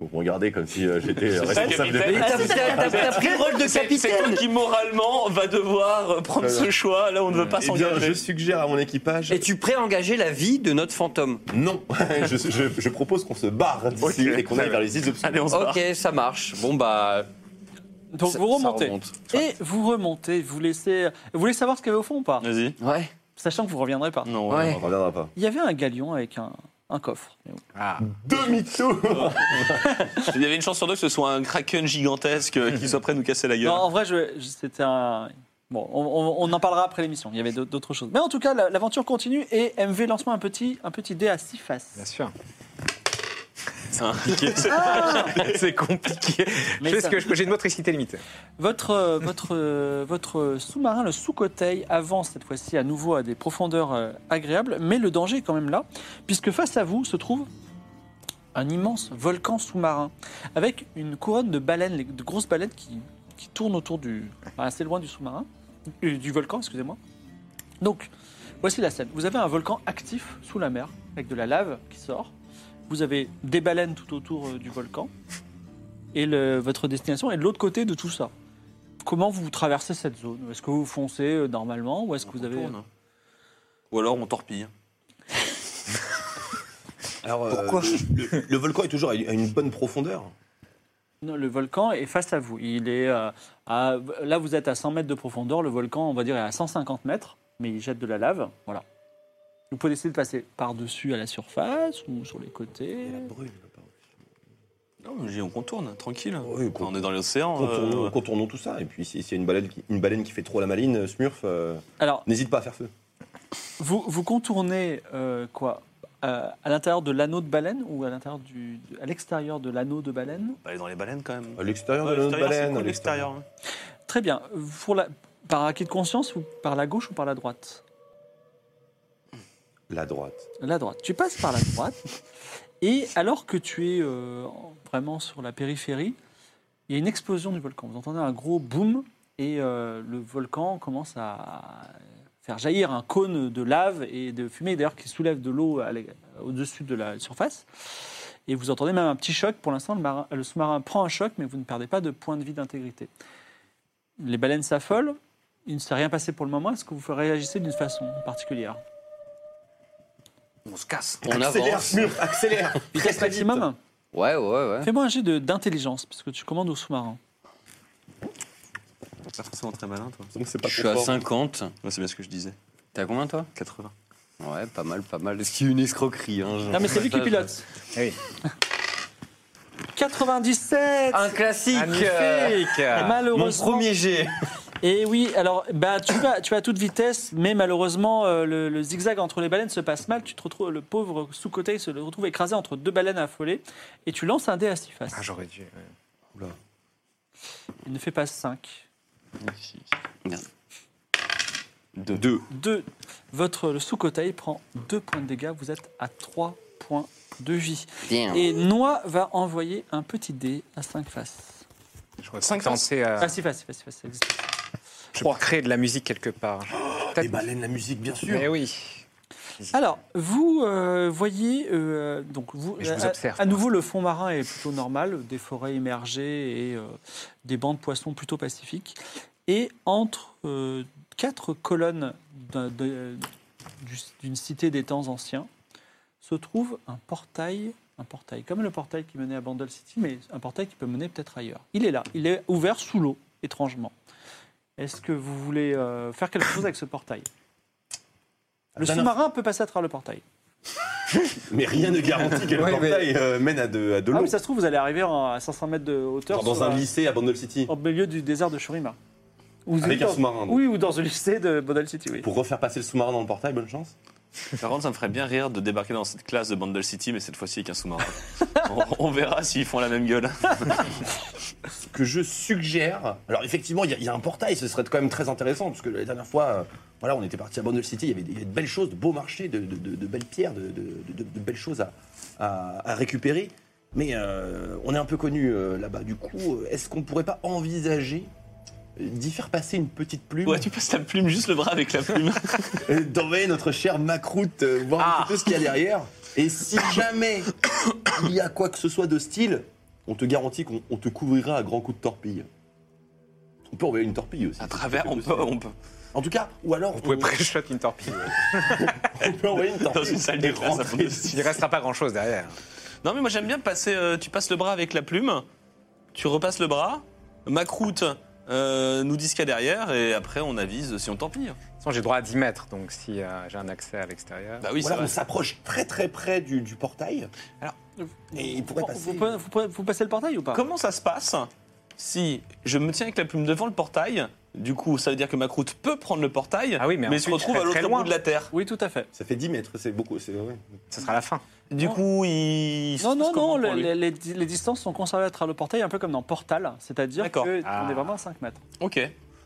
Speaker 5: Vous me regardez comme si euh, j'étais responsable de
Speaker 3: capitaine. Eh
Speaker 5: pays.
Speaker 6: T'as t'as- t'as pris le rôle de
Speaker 3: Ah, C'est toi
Speaker 6: capitaine.
Speaker 3: qui moralement va devoir euh, prendre
Speaker 5: Voilà.
Speaker 3: ce choix là on ne veut pas
Speaker 5: Eh bien, je
Speaker 3: s'engager.
Speaker 5: suggère à mon équipage.
Speaker 6: Es-tu prêt à engager la vie de notre fantôme
Speaker 5: Non, je, je- je propose qu'on se barre d'ici
Speaker 3: Ok.
Speaker 5: et qu'on aille vers les îles obscures.
Speaker 3: Allez, on se barre.
Speaker 6: Ok, ça marche. Bon bah.
Speaker 2: Donc,
Speaker 6: ça-
Speaker 2: vous
Speaker 6: ça
Speaker 2: remontez.
Speaker 6: remonte.
Speaker 2: Et vous remontez, vous laissez. Vous voulez savoir ce qu'il y avait au fond ou pas
Speaker 3: Vas-y.
Speaker 6: Ouais.
Speaker 2: Sachant que vous ne reviendrez pas.
Speaker 3: Non.
Speaker 6: Ouais.
Speaker 5: On reviendra pas.
Speaker 2: Il y avait un galion avec un, un coffre.
Speaker 4: Ah,
Speaker 5: Demi-tour
Speaker 3: Il y avait une chance sur deux que ce soit un kraken gigantesque euh, qui soit prêt à nous casser la gueule.
Speaker 2: Non, en vrai, je- je- c'était un. Bon, on, on- on en parlera après l'émission. Il y avait d'aut- d'autres choses. Mais en tout cas, la- l'aventure continue et MV lance-moi un petit, un petit dé à six faces.
Speaker 4: bien sûr.
Speaker 3: C'est impliqué. C'est-
Speaker 4: c'est compliqué.
Speaker 2: Mais
Speaker 4: Je sais
Speaker 2: ça-
Speaker 4: ce que je peux- j'ai une motricité limitée.
Speaker 2: Votre, euh, votre, euh, votre euh, sous-marin, le Sous-Coteil, avance cette fois-ci à nouveau à des profondeurs euh, agréables, mais le danger est quand même là, puisque face à vous se trouve un immense volcan sous-marin, avec une couronne de baleines, les- de grosses baleines qui, qui tournent autour du... enfin, assez loin du sous-marin, euh, du volcan, excusez-moi. Donc, voici la scène. Vous avez un volcan actif sous la mer, avec de la lave qui sort. Vous avez des baleines tout autour euh, du volcan. Et le- votre destination est de l'autre côté de tout ça. Comment vous traversez cette zone Est-ce que vous foncez euh, normalement ou est-ce que vous avez... euh,
Speaker 3: Tourne. Ou alors on torpille.
Speaker 5: Alors, Pourquoi Euh, le, le volcan est toujours à une- à une bonne profondeur.
Speaker 2: Non, le volcan est face à vous. Il est euh, à- Là, vous êtes à 100 mètres de profondeur. Le volcan, on va dire, est à 150 mètres, mais il jette de la lave. Voilà. Vous pouvez essayer de passer par-dessus à la surface ou sur les côtés.
Speaker 5: Il y a la brune. là-bas.
Speaker 3: Non, mais j'ai- on contourne, tranquille.
Speaker 5: Oui,
Speaker 3: Enfin, on est dans l'océan.
Speaker 5: Contournons,
Speaker 3: euh,
Speaker 5: contournons tout ça. Et puis, si- s'il y a une baleine, qui, une baleine qui fait trop la maline, euh, Smurf, euh,
Speaker 2: Alors,
Speaker 5: n'hésite pas à faire feu.
Speaker 2: vous, vous contournez euh, quoi Euh, À l'intérieur de l'anneau de baleine ou à l'intérieur du, à l'extérieur de l'anneau de baleine
Speaker 3: Bah, on peut aller dans les baleines quand même.
Speaker 5: À l'extérieur
Speaker 3: Ouais,
Speaker 5: de la
Speaker 3: l'extérieur, c'est
Speaker 5: baleine.
Speaker 3: cool,
Speaker 5: à l'extérieur.
Speaker 3: l'extérieur.
Speaker 2: Très bien. Pour la- Par acquis de conscience ou par la gauche ou par la droite
Speaker 3: La droite.
Speaker 2: La droite. Tu passes par la droite et alors que tu es euh, vraiment sur la périphérie, il y a une explosion du volcan. Vous entendez un gros boom et euh, le volcan commence à faire jaillir un cône de lave et de fumée d'ailleurs qui soulève de l'eau à l'é- au-dessus de la surface. Et vous entendez même un petit choc. Pour l'instant, le, marin- le sous-marin prend un choc, mais vous ne perdez pas de points de vie d'intégrité. Les baleines s'affolent. Il ne s'est rien passé pour le moment. Est-ce que vous réagissez d'une façon particulière
Speaker 5: On se casse.
Speaker 6: On
Speaker 3: accélère,
Speaker 6: avance.
Speaker 3: Smurf, accélère
Speaker 2: Vitesse maximum
Speaker 6: Ouais, ouais, ouais.
Speaker 2: Fais-moi un jet de- d'intelligence, parce que tu commandes au sous-marin.
Speaker 5: Pas forcément très malin, toi.
Speaker 3: Donc c'est pas
Speaker 6: Je suis
Speaker 3: trop
Speaker 6: à
Speaker 3: fort.
Speaker 6: 50.
Speaker 5: Ouais, c'est bien ce que je disais.
Speaker 6: T'as combien, toi
Speaker 5: 80.
Speaker 6: Ouais, pas mal, pas mal. Est-ce qu'il y a une escroquerie hein, genre
Speaker 2: Non, mais c'est lui qui
Speaker 6: Ça,
Speaker 2: pilote.
Speaker 4: Ah oui.
Speaker 2: 97
Speaker 6: Un classique
Speaker 2: Magnifique.
Speaker 6: euh,
Speaker 2: Et malheureusement-
Speaker 6: Mon premier jet
Speaker 2: Et oui, alors bah, tu, vas, tu vas à toute vitesse, mais malheureusement, euh, le, le zigzag entre les baleines se passe mal. Tu te retrouves, le pauvre sous-côté se le retrouve écrasé entre deux baleines affolées, et tu lances un dé à six faces.
Speaker 4: Ah, j'aurais dû. ouais.
Speaker 2: Il ne fait pas 5.
Speaker 6: Deux. Deux.
Speaker 2: 2. Votre le sous-côté prend 2 points de dégâts, vous êtes à 3 points de vie.
Speaker 6: Damn.
Speaker 2: Et Noix va envoyer un petit dé à 5 faces.
Speaker 4: J'aurais
Speaker 8: Cinq
Speaker 4: tenté
Speaker 2: Ah,
Speaker 4: à
Speaker 2: 6 faces, 6 faces, 6 faces. ça existe.
Speaker 4: euh, je créer de la musique quelque part.
Speaker 3: Les baleines, la musique, bien sûr.
Speaker 4: Mais oui.
Speaker 2: Alors, vous euh, voyez, euh, donc vous,
Speaker 4: Mais je vous
Speaker 2: à-
Speaker 4: observe,
Speaker 2: à,
Speaker 4: moi.
Speaker 2: nouveau, le fond marin est plutôt normal, des forêts émergées et euh, des bancs de poissons plutôt pacifiques. Et entre euh, quatre colonnes d'un- de- du- d'une cité des temps anciens se trouve un portail, un portail, comme le portail qui menait à Bandle City, mais un portail qui peut mener peut-être ailleurs. Il est là, il est ouvert sous l'eau, étrangement. Est-ce que vous voulez euh, faire quelque chose avec ce portail le
Speaker 3: Dana-
Speaker 2: sous-marin peut passer à travers le portail.
Speaker 3: Mais rien ne garantit que le
Speaker 4: Ouais, mais-
Speaker 3: portail euh, mène à de, à de
Speaker 2: Ah,
Speaker 3: l'eau.
Speaker 2: mais ça se trouve, vous allez arriver en- à 500 mètres de hauteur.
Speaker 3: Genre dans
Speaker 2: sur
Speaker 3: un
Speaker 2: la-
Speaker 3: lycée à Bandol City.
Speaker 2: Au milieu du désert de Shurima. Ou
Speaker 5: Ah,
Speaker 3: Avec
Speaker 2: dans-
Speaker 3: un sous-marin. donc.
Speaker 2: Oui, ou dans un lycée de Bodal City, oui.
Speaker 3: Pour refaire passer le sous-marin dans le portail, bonne chance.
Speaker 5: Par contre, ça me ferait bien rire de débarquer dans cette classe de Bandle City, mais cette fois-ci avec un sous-marin. on, on verra s'ils font la même gueule.
Speaker 3: Ce que je suggère. Alors, effectivement, il y a- il y, a un portail, ce serait quand même très intéressant, parce que la dernière fois, euh, voilà, on était parti à Bandol City, il y avait des- il y avait de belles choses, de beaux marchés, de, de- de- de belles pierres, de, de- de- de- de belles choses à, à- à récupérer. Mais euh, on est un peu connu euh, là-bas. Du coup, euh, est-ce qu'on pourrait pas envisager euh, d'y faire passer une petite plume
Speaker 5: Ouais, tu passes ta plume, juste le bras avec la plume.
Speaker 3: Euh, d'envoyer notre chère Macroute euh, voir un
Speaker 5: Ah.
Speaker 3: petit peu ce qu'il y a derrière. Et si jamais il y a quoi que ce soit d'hostile, on te garantit qu'on on te couvrira à grands coups de torpille. On peut envoyer une torpille aussi.
Speaker 5: À
Speaker 3: si
Speaker 5: travers,
Speaker 3: c'est
Speaker 5: on peut,
Speaker 3: possible.
Speaker 5: on peut.
Speaker 3: En tout cas, ou alors on
Speaker 4: Vous
Speaker 3: peut,
Speaker 4: pouvez pré-shot une torpille.
Speaker 3: on peut envoyer une torpille.
Speaker 5: Dans une salle de
Speaker 3: Et
Speaker 5: classe à
Speaker 3: rentrer.
Speaker 5: Bandol City.
Speaker 4: Il restera pas grand-chose derrière.
Speaker 5: Non, mais moi j'aime bien passer. euh, tu passes le bras avec la plume, tu repasses le bras, Macroute euh, nous dit ce qu'il y a derrière, et après on avise si on tant pis.
Speaker 4: De toute façon, j'ai droit à 10 mètres, donc si euh, j'ai un accès à l'extérieur.
Speaker 5: Bah oui,
Speaker 3: Voilà, on
Speaker 5: c'est vrai.
Speaker 3: s'approche très très près du, du portail.
Speaker 5: Alors,
Speaker 3: et il pourrait
Speaker 2: Vous-
Speaker 3: passer.
Speaker 2: Vous, prenez- vous prenez- vous passez le portail ou pas
Speaker 5: Comment ça se passe si je me tiens avec la plume devant le portail Du coup, ça veut dire que Macroute peut prendre le portail,
Speaker 4: Ah oui, mais
Speaker 5: se
Speaker 4: ensuite,
Speaker 5: retrouve
Speaker 4: très,
Speaker 5: à l'autre
Speaker 4: très loin.
Speaker 5: bout de la terre.
Speaker 2: Oui, tout à fait.
Speaker 3: Ça fait 10 mètres, c'est beaucoup. C'est ouais.
Speaker 4: Ce sera la fin.
Speaker 5: Du
Speaker 2: Non.
Speaker 5: coup, il.
Speaker 2: Non, non, non,
Speaker 5: le,
Speaker 2: le- les, les di- les distances sont conservées à travers le portail, un peu comme dans Portal, c'est-à-dire
Speaker 5: D'accord.
Speaker 2: qu'on
Speaker 4: Ah.
Speaker 2: est vraiment à 5 mètres.
Speaker 5: Ok.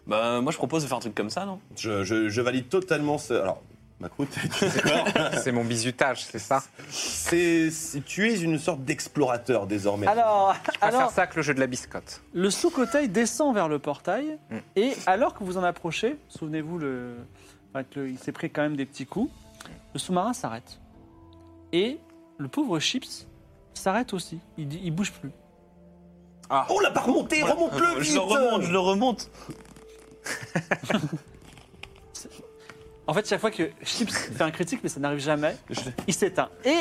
Speaker 5: Bah, moi je propose de faire un truc comme ça, non
Speaker 3: Je, je- je valide totalement ce. Alors, Macroute, tu es d'accord
Speaker 4: C'est mon bisutage, c'est ça
Speaker 3: C'est- c'est- tu es une sorte d'explorateur désormais.
Speaker 5: Ah bah,
Speaker 2: Alors,
Speaker 4: Je préfère
Speaker 2: alors
Speaker 4: ça que le jeu de la biscotte.
Speaker 2: le sous-côté descend vers le portail,
Speaker 4: Mm.
Speaker 2: et alors que vous en approchez, souvenez-vous, le, enfin, que le- il s'est pris quand même des petits coups, le sous-marin s'arrête. Et le pauvre Chips s'arrête aussi, il, il bouge plus.
Speaker 3: Oh, l'a pas remonté, remonte-le
Speaker 5: Je
Speaker 3: vite
Speaker 5: le remonte, je le remonte.
Speaker 2: En fait, chaque fois que Chips fait un critique, mais ça n'arrive jamais, il s'éteint. Et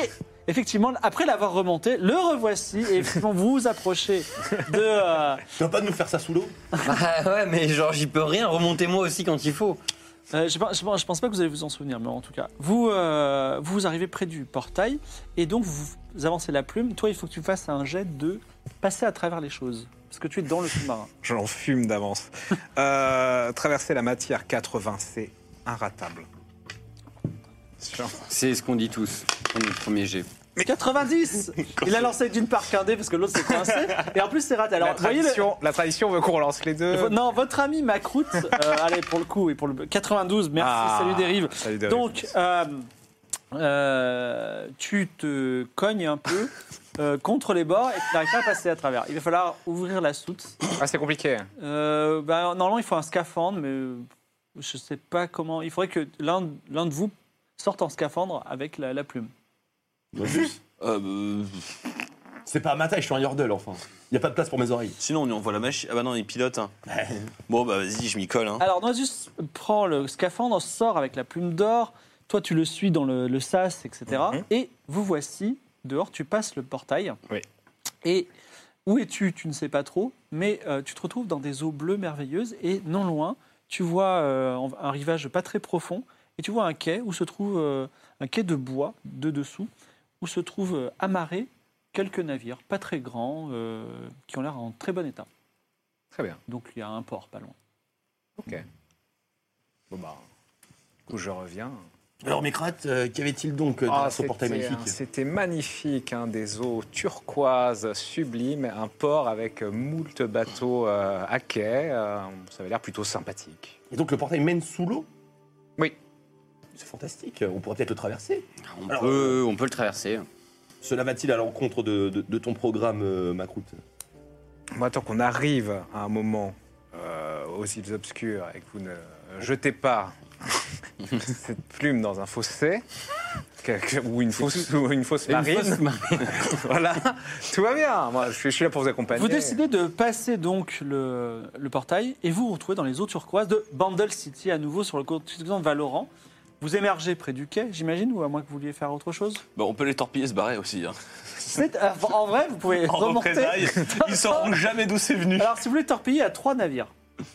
Speaker 2: effectivement, après l'avoir remonté, le revoici. Et effectivement, vous vous approchez de. euh,
Speaker 3: Tu vas pas nous faire ça sous l'eau
Speaker 6: Bah ouais, mais genre, j'y peux rien. Remontez-moi aussi quand il faut.
Speaker 2: euh, je, pense- je pense- je pense pas que vous allez vous en souvenir, mais en tout cas, vous euh, vous arrivez près du portail et donc vous, vous avancez la plume. Toi, il faut que tu fasses un jet de passer à travers les choses parce que tu es dans le sous-marin.
Speaker 4: J'en fume d'avance. Euh, traverser la matière 80, c'est inratable.
Speaker 6: C'est ce qu'on dit tous. On est le premier G.
Speaker 2: 90 Il a lancé d'une part qu'un dé parce que l'autre s'est coincé. Et en plus, c'est raté. Alors,
Speaker 4: la,
Speaker 2: voyez le-
Speaker 4: tradition, la tradition veut qu'on relance les deux.
Speaker 2: Il faut- Non, votre ami Macroute, euh, allez, pour le coup, et pour le 92, merci,
Speaker 4: Ah,
Speaker 2: salut dérive.
Speaker 4: salut Dérive.
Speaker 2: Donc, euh, euh, tu te cognes un peu euh, contre les bords et tu n'arrives pas à passer à travers. Il va falloir ouvrir la soute.
Speaker 4: Ah, c'est compliqué.
Speaker 2: Euh, bah, normalement, il faut un scaphandre, mais euh, je sais pas comment. Il faudrait que l'un l'un de vous sorte en scaphandre avec la, la plume.
Speaker 5: Nosus
Speaker 3: Euh, euh,
Speaker 5: C'est pas ma taille, je suis un yordle, enfin. Il a pas de place pour mes oreilles.
Speaker 3: sinon, on lui envoie la machine. Ah bah non, il pilote. hein. Bon, bah vas-y, je m'y colle. hein.
Speaker 2: Alors, Noisus prend le scaphandre, sort avec la plume d'or. Toi, tu le suis dans le, le sas, etc. Et vous voici dehors. Tu passes le portail.
Speaker 4: Oui.
Speaker 2: Et où es-tu Tu ne sais pas trop, mais euh, tu te retrouves dans des eaux bleues merveilleuses. Et non loin, tu vois euh, en- un rivage pas très profond. Et tu vois un quai où se trouve euh, un quai de bois de dessous, où se trouvent euh, amarrés quelques navires, pas très grands, euh, qui ont l'air en très bon état.
Speaker 4: Très bien.
Speaker 2: Donc il y a un port pas loin.
Speaker 4: Bon, bah, du coup, je reviens.
Speaker 5: Alors, Mécrate, euh, qu'avait-il donc euh,
Speaker 4: Ah,
Speaker 5: dans ce portail
Speaker 4: c'était-
Speaker 5: magnifique
Speaker 4: C'était magnifique, hein, des eaux turquoises sublimes, un port avec moult bateaux euh, à quai. euh, ça avait l'air plutôt sympathique.
Speaker 5: Et donc, le portail mène sous l'eau
Speaker 4: Oui.
Speaker 5: C'est fantastique, on pourrait peut-être le traverser.
Speaker 6: On,
Speaker 5: Alors,
Speaker 6: peut, Ah, on peut le traverser.
Speaker 5: Cela va-t-il à l'encontre de, de- de ton programme, euh, Macroute
Speaker 4: Moi, tant qu'on arrive à un moment euh, aux îles obscures et que vous ne jetez pas cette plume dans un fossé, que- que- ou une fausse, ou une fausse marine, voilà, tout va bien. Moi, je suis, je suis là pour vous accompagner.
Speaker 2: Vous décidez de passer donc le, le portail et vous vous retrouvez dans les eaux turquoises de Bandle City, à nouveau sur le continent Valorant. Vous émergez près du quai, j'imagine, ou à moins que vous vouliez faire autre chose.
Speaker 3: Bah, on peut les torpiller se barrer aussi. hein.
Speaker 2: C'est- euh, en vrai, vous pouvez
Speaker 3: En
Speaker 2: remonter.
Speaker 3: représailles, ils sauront jamais d'où c'est venu.
Speaker 2: Alors, si vous voulez torpiller, il y a trois navires.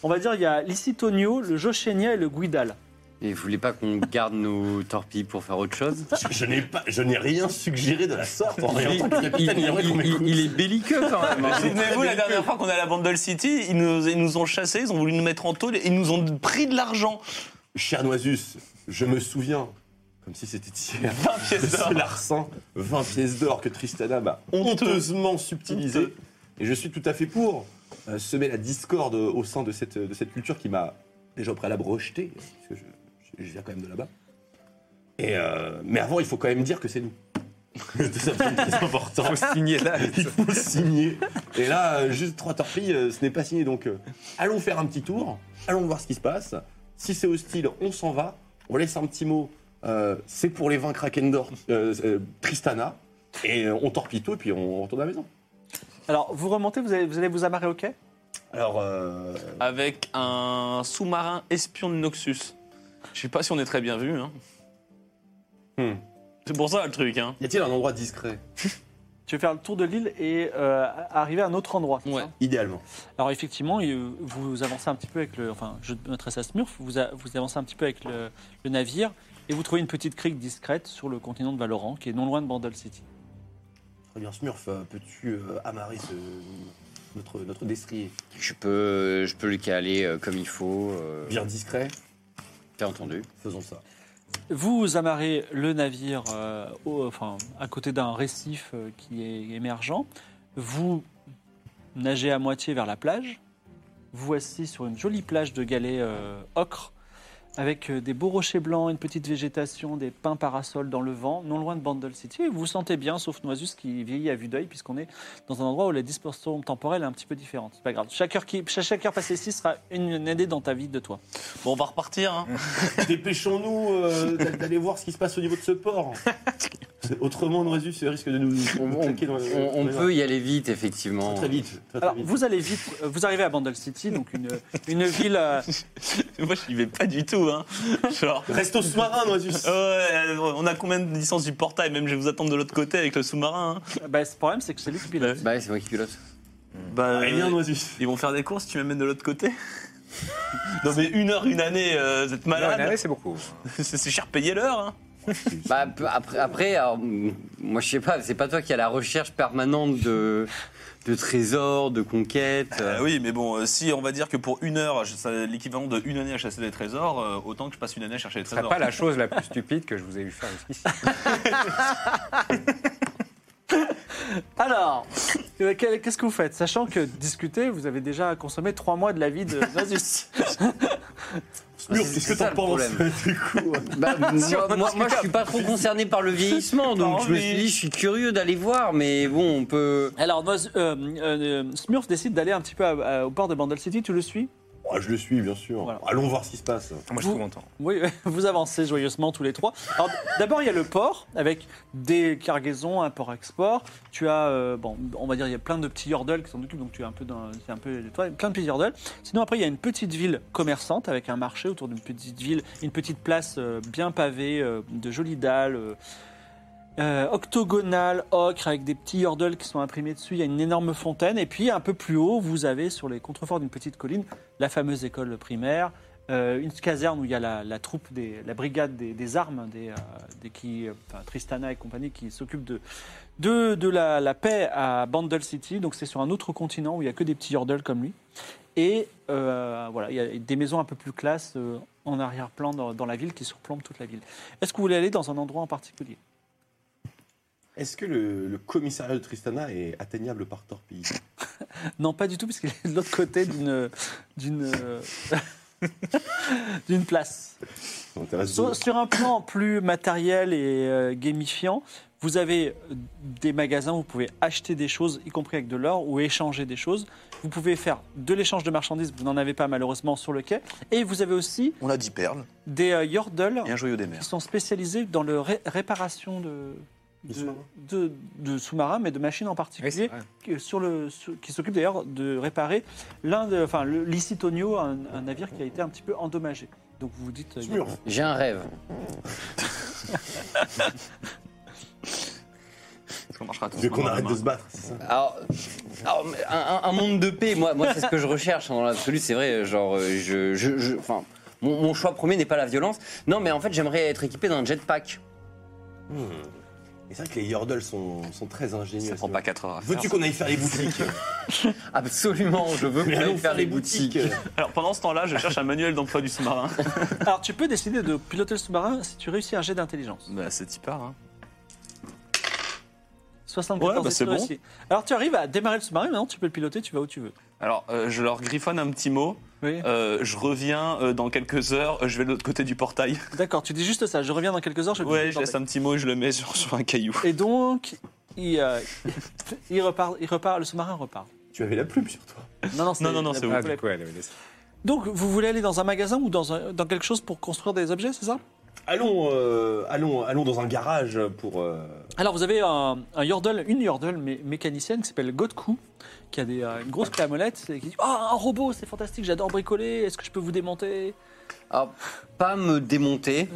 Speaker 2: On va dire, il y a l'Icitonio, le Jochenia et le Guidal.
Speaker 6: Et vous voulez pas qu'on garde nos torpilles pour faire autre chose
Speaker 5: Je, je n'ai pas- je n'ai rien suggéré de la sorte. En
Speaker 6: il,
Speaker 5: tant que capitaine, il aimerait qu'on
Speaker 6: il-
Speaker 5: m'écoute.
Speaker 6: il est belliqueux quand même. hein.
Speaker 3: Souvenez-vous, la
Speaker 5: euh,
Speaker 3: dernière fois qu'on est allé à Bandle City, ils nous, ils nous ont chassés, ils ont voulu nous mettre en taule, et ils nous ont pris de l'argent.
Speaker 5: Cher Noisus, je me souviens, comme si c'était hier,
Speaker 3: 20 pièces
Speaker 5: de
Speaker 3: d'or.
Speaker 5: ce larcin, 20 pièces d'or que Tristana m'a honteusement subtilisé.
Speaker 3: Honteux.
Speaker 5: Et je suis tout à fait pour euh, semer la discorde au sein de cette, de cette culture qui m'a déjà au préalable rejeté, parce que je, je viens quand même de là-bas. Et euh, mais avant, il faut quand même dire que c'est nous. Ça, c'est très important.
Speaker 4: Faut signer là.
Speaker 5: Il faut signer. Et là, euh, juste trois torpilles, euh, ce n'est pas signé. Donc, euh, allons faire un petit tour. Allons voir ce qui se passe. Si c'est hostile, on s'en va. On laisse un petit mot. euh, c'est pour les vaincre Krakendor, euh, euh, Tristana. Et euh, on torpille tout, et puis on retourne à la maison.
Speaker 2: Alors, vous remontez, vous allez vous, allez vous amarrer au quai
Speaker 5: Alors, euh,
Speaker 3: Avec un sous-marin espion de Noxus. Je sais pas si on est très bien vu. Hein.
Speaker 5: Hmm.
Speaker 3: C'est pour ça le truc. Hein.
Speaker 5: y a-t-il un endroit discret
Speaker 2: Tu veux faire le tour de l'île et euh, arriver à un autre endroit. c'est
Speaker 3: Ouais.
Speaker 2: ça
Speaker 5: Idéalement.
Speaker 2: Alors effectivement, il- vous avancez un petit peu avec le, enfin, je noterai ça Smurf, vous, a- vous avancez un petit peu avec le, le navire et vous trouvez une petite crique discrète sur le continent de Valorant qui est non loin de Bandle City.
Speaker 5: Très bien, Smurf, euh, peux-tu euh, amarrer ce- notre, notre destrier
Speaker 6: Je peux, je peux le caler euh, comme il faut. euh,
Speaker 5: Bien discret
Speaker 6: T'as entendu
Speaker 5: Faisons ça.
Speaker 2: Vous amarrez le navire euh, au- enfin, à côté d'un récif euh, qui est émergent. Vous nagez à moitié vers la plage. Vous voici sur une jolie plage de galets euh, ocre avec euh, des beaux rochers blancs, une petite végétation, des pins parasols dans le vent, non loin de Bandle City. Et Vous vous sentez bien, sauf Noisus qui vieillit à vue d'œil, puisqu'on est dans un endroit où la dispersion temporelle est un petit peu différente. C'est pas grave. Chaque heure, qui, chaque heure passée ici sera une, une année dans ta vie de toi.
Speaker 3: Bon, on va repartir. Hein.
Speaker 5: Dépêchons-nous euh, d'a- d'aller voir ce qui se passe au niveau de ce port. Autrement, Noisus risque de nous
Speaker 6: On, on-
Speaker 5: claquer dans les-
Speaker 6: on- on
Speaker 5: dans les
Speaker 6: peut y aller vite,
Speaker 5: mains.
Speaker 6: effectivement.
Speaker 5: Très vite. Très, très
Speaker 2: Alors,
Speaker 5: vite.
Speaker 2: vous allez vite, euh, vous arrivez à Bandle City, donc une, une ville. euh,
Speaker 3: Moi, je n'y vais pas du tout. Hein. Genre.
Speaker 5: Reste au sous-marin, Noisus.
Speaker 3: Ouais, euh, on a combien de distance du portail Même je vais vous attendre de l'autre côté avec le sous-marin. hein.
Speaker 2: bah, le problème, c'est que c'est lui qui pilote.
Speaker 6: Bah, ouais, c'est moi qui pilote.
Speaker 3: Bah,
Speaker 5: Très bien, Noisus.
Speaker 3: ils vont faire des courses, tu m'amènes de l'autre côté Non mais une heure, une année, euh, vous êtes malade.
Speaker 4: Non, une année, c'est beaucoup.
Speaker 3: C'est c'est cher payé l'heure. Hein.
Speaker 6: Bah, peu- après, après alors, mm, moi je sais pas, c'est pas toi qui as la recherche permanente de, de trésors, de conquêtes.
Speaker 3: Euh, oui, mais bon, euh, si on va dire que pour une heure, je- ça- l'équivalent de une année à chasser des trésors, euh, autant que je passe une année à chercher des
Speaker 4: Ce serait
Speaker 3: trésors.
Speaker 4: pas la chose la plus stupide que je vous ai vu faire jusqu'ici.
Speaker 2: Alors, euh, quel- qu'est-ce que vous faites Sachant que discuter, vous avez déjà consommé trois mois de la vie de Nasus.
Speaker 5: Smurf,
Speaker 6: c'est
Speaker 5: qu'est-ce que
Speaker 6: ça,
Speaker 5: t'en
Speaker 6: le
Speaker 5: penses
Speaker 6: problème.
Speaker 5: du coup
Speaker 6: Bah, moi, moi, moi, je suis pas trop concerné par le vieillissement, donc je me suis dit, je suis curieux d'aller voir, mais bon, on peut.
Speaker 2: Alors, Noz- euh, euh, Smurf décide d'aller un petit peu à- à- au port de Bandle City. Tu le suis
Speaker 5: Ah, Je le suis, bien sûr.
Speaker 2: Voilà.
Speaker 5: Allons voir ce qui se passe.
Speaker 4: Moi, je
Speaker 2: Vous-
Speaker 4: suis content.
Speaker 2: Oui, vous avancez joyeusement tous les trois. Alors, d- d'abord, il y a le port avec des cargaisons, un port-export. Tu as, euh, bon, on va dire, il y a plein de petits yordles qui s'en occupent, donc tu es un peu dans. c'est un peu, toi, plein de petits yordles. Sinon, après, il y a une petite ville commerçante avec un marché autour d'une petite ville, une petite place euh, bien pavée, euh, de jolies dalles. euh, euh, octogonale, ocre, avec des petits yordles qui sont imprimés dessus. Il y a une énorme fontaine. Et puis, un peu plus haut, vous avez sur les contreforts d'une petite colline la fameuse école primaire, euh, une caserne où il y a la, la troupe, des, la brigade des, des armes, des, euh, des qui, euh, enfin, Tristana et compagnie, qui s'occupent de, de, de la, la paix à Bandle City. Donc, c'est sur un autre continent où il n'y a que des petits yordles comme lui. Et euh, voilà, il y a des maisons un peu plus classe euh, en arrière-plan dans, dans la ville qui surplombent toute la ville. Est-ce que vous voulez aller dans un endroit en particulier
Speaker 5: Est-ce que le, le commissariat de Tristana est atteignable par torpille
Speaker 2: Non, pas du tout, parce qu'il est de l'autre côté d'une d'une euh, d'une place.
Speaker 5: Ça m'intéresse
Speaker 2: Sur,
Speaker 5: beaucoup.
Speaker 2: sur un plan plus matériel et euh, gamifiant, vous avez euh, des magasins où vous pouvez acheter des choses, y compris avec de l'or, ou échanger des choses. Vous pouvez faire de l'échange de marchandises, vous n'en avez pas malheureusement sur le quai. Et vous avez aussi
Speaker 9: On a 10 perles
Speaker 2: des euh, yordles
Speaker 3: Et un joyau des
Speaker 2: qui
Speaker 3: mers.
Speaker 2: sont spécialisés dans la réparation de,
Speaker 5: De
Speaker 2: de,
Speaker 5: sous-marins.
Speaker 2: de- de sous-marins, mais de machines en
Speaker 4: Oui,
Speaker 2: particulier
Speaker 4: c'est vrai.
Speaker 2: qui- sur le, sur- qui s'occupe d'ailleurs de réparer l'un de, enfin, le l'Icitonio, un, un navire qui a été un petit peu endommagé. Donc vous vous dites, euh,
Speaker 5: Smurf,
Speaker 6: J'ai un rêve.
Speaker 3: Est-ce qu'on marchera tous
Speaker 5: tu veux qu'on
Speaker 3: ensemble
Speaker 5: arrête de
Speaker 3: demain
Speaker 5: se battre, c'est ça
Speaker 6: Alors, alors, mais un, un- un monde de paix, moi, moi c'est ce que je recherche hein, dans l'absolu, c'est vrai. Genre, euh, je, je, je- enfin, mon, mon choix premier n'est pas la violence. Non, mais en fait, j'aimerais être équipé d'un jetpack.
Speaker 5: Et c'est vrai que les Yordles sont, sont très ingénieux.
Speaker 3: Ça prend pas 4 heures. à faire.
Speaker 5: Veux-tu qu'on aille faire les boutiques
Speaker 6: Absolument, je veux
Speaker 5: Mais
Speaker 6: qu'on aille faire les boutiques.
Speaker 5: boutiques.
Speaker 3: Alors pendant ce temps-là, je cherche un manuel d'emploi du sous-marin.
Speaker 2: Alors tu peux décider de piloter le sous-marin si tu réussis un jet d'intelligence.
Speaker 3: bah, c'est Tipar. Hein.
Speaker 2: 74
Speaker 3: Ouais, bah, c'est
Speaker 2: décisions
Speaker 3: bon.
Speaker 2: réussies. Alors tu arrives à démarrer le sous-marin, maintenant tu peux le piloter, tu vas où tu veux.
Speaker 3: Alors, euh, je leur griffonne un petit mot.
Speaker 2: Oui.
Speaker 3: Euh, je reviens euh, dans quelques heures. euh, je vais de l'autre côté du portail.
Speaker 2: D'accord, tu dis juste ça, je reviens dans quelques heures, je vais
Speaker 3: Ouais,
Speaker 2: piloter
Speaker 3: je
Speaker 2: le
Speaker 3: laisse un petit mot et je le mets sur, sur un caillou.
Speaker 2: bordel. Et donc, il, euh, il repart, il repart, le sous-marin repart.
Speaker 5: Tu avais la plume sur toi.
Speaker 2: Non, non, c'est-
Speaker 3: Non, non, non, c'est
Speaker 4: Ah,
Speaker 3: vous.
Speaker 4: du coup, elle avait laissé.
Speaker 2: Donc vous voulez aller dans un magasin ou dans, un- dans quelque chose pour construire des objets, c'est ça
Speaker 5: Allons, euh, allons, allons dans un garage pour. euh,
Speaker 2: Alors, vous avez un, un yordle, une yordle mé- mécanicienne qui s'appelle Godku, qui a des, euh, une grosse clé à molette, et qui dit Ah, un robot, c'est fantastique, j'adore bricoler, est-ce que je peux vous démonter
Speaker 6: Alors, pas me démonter.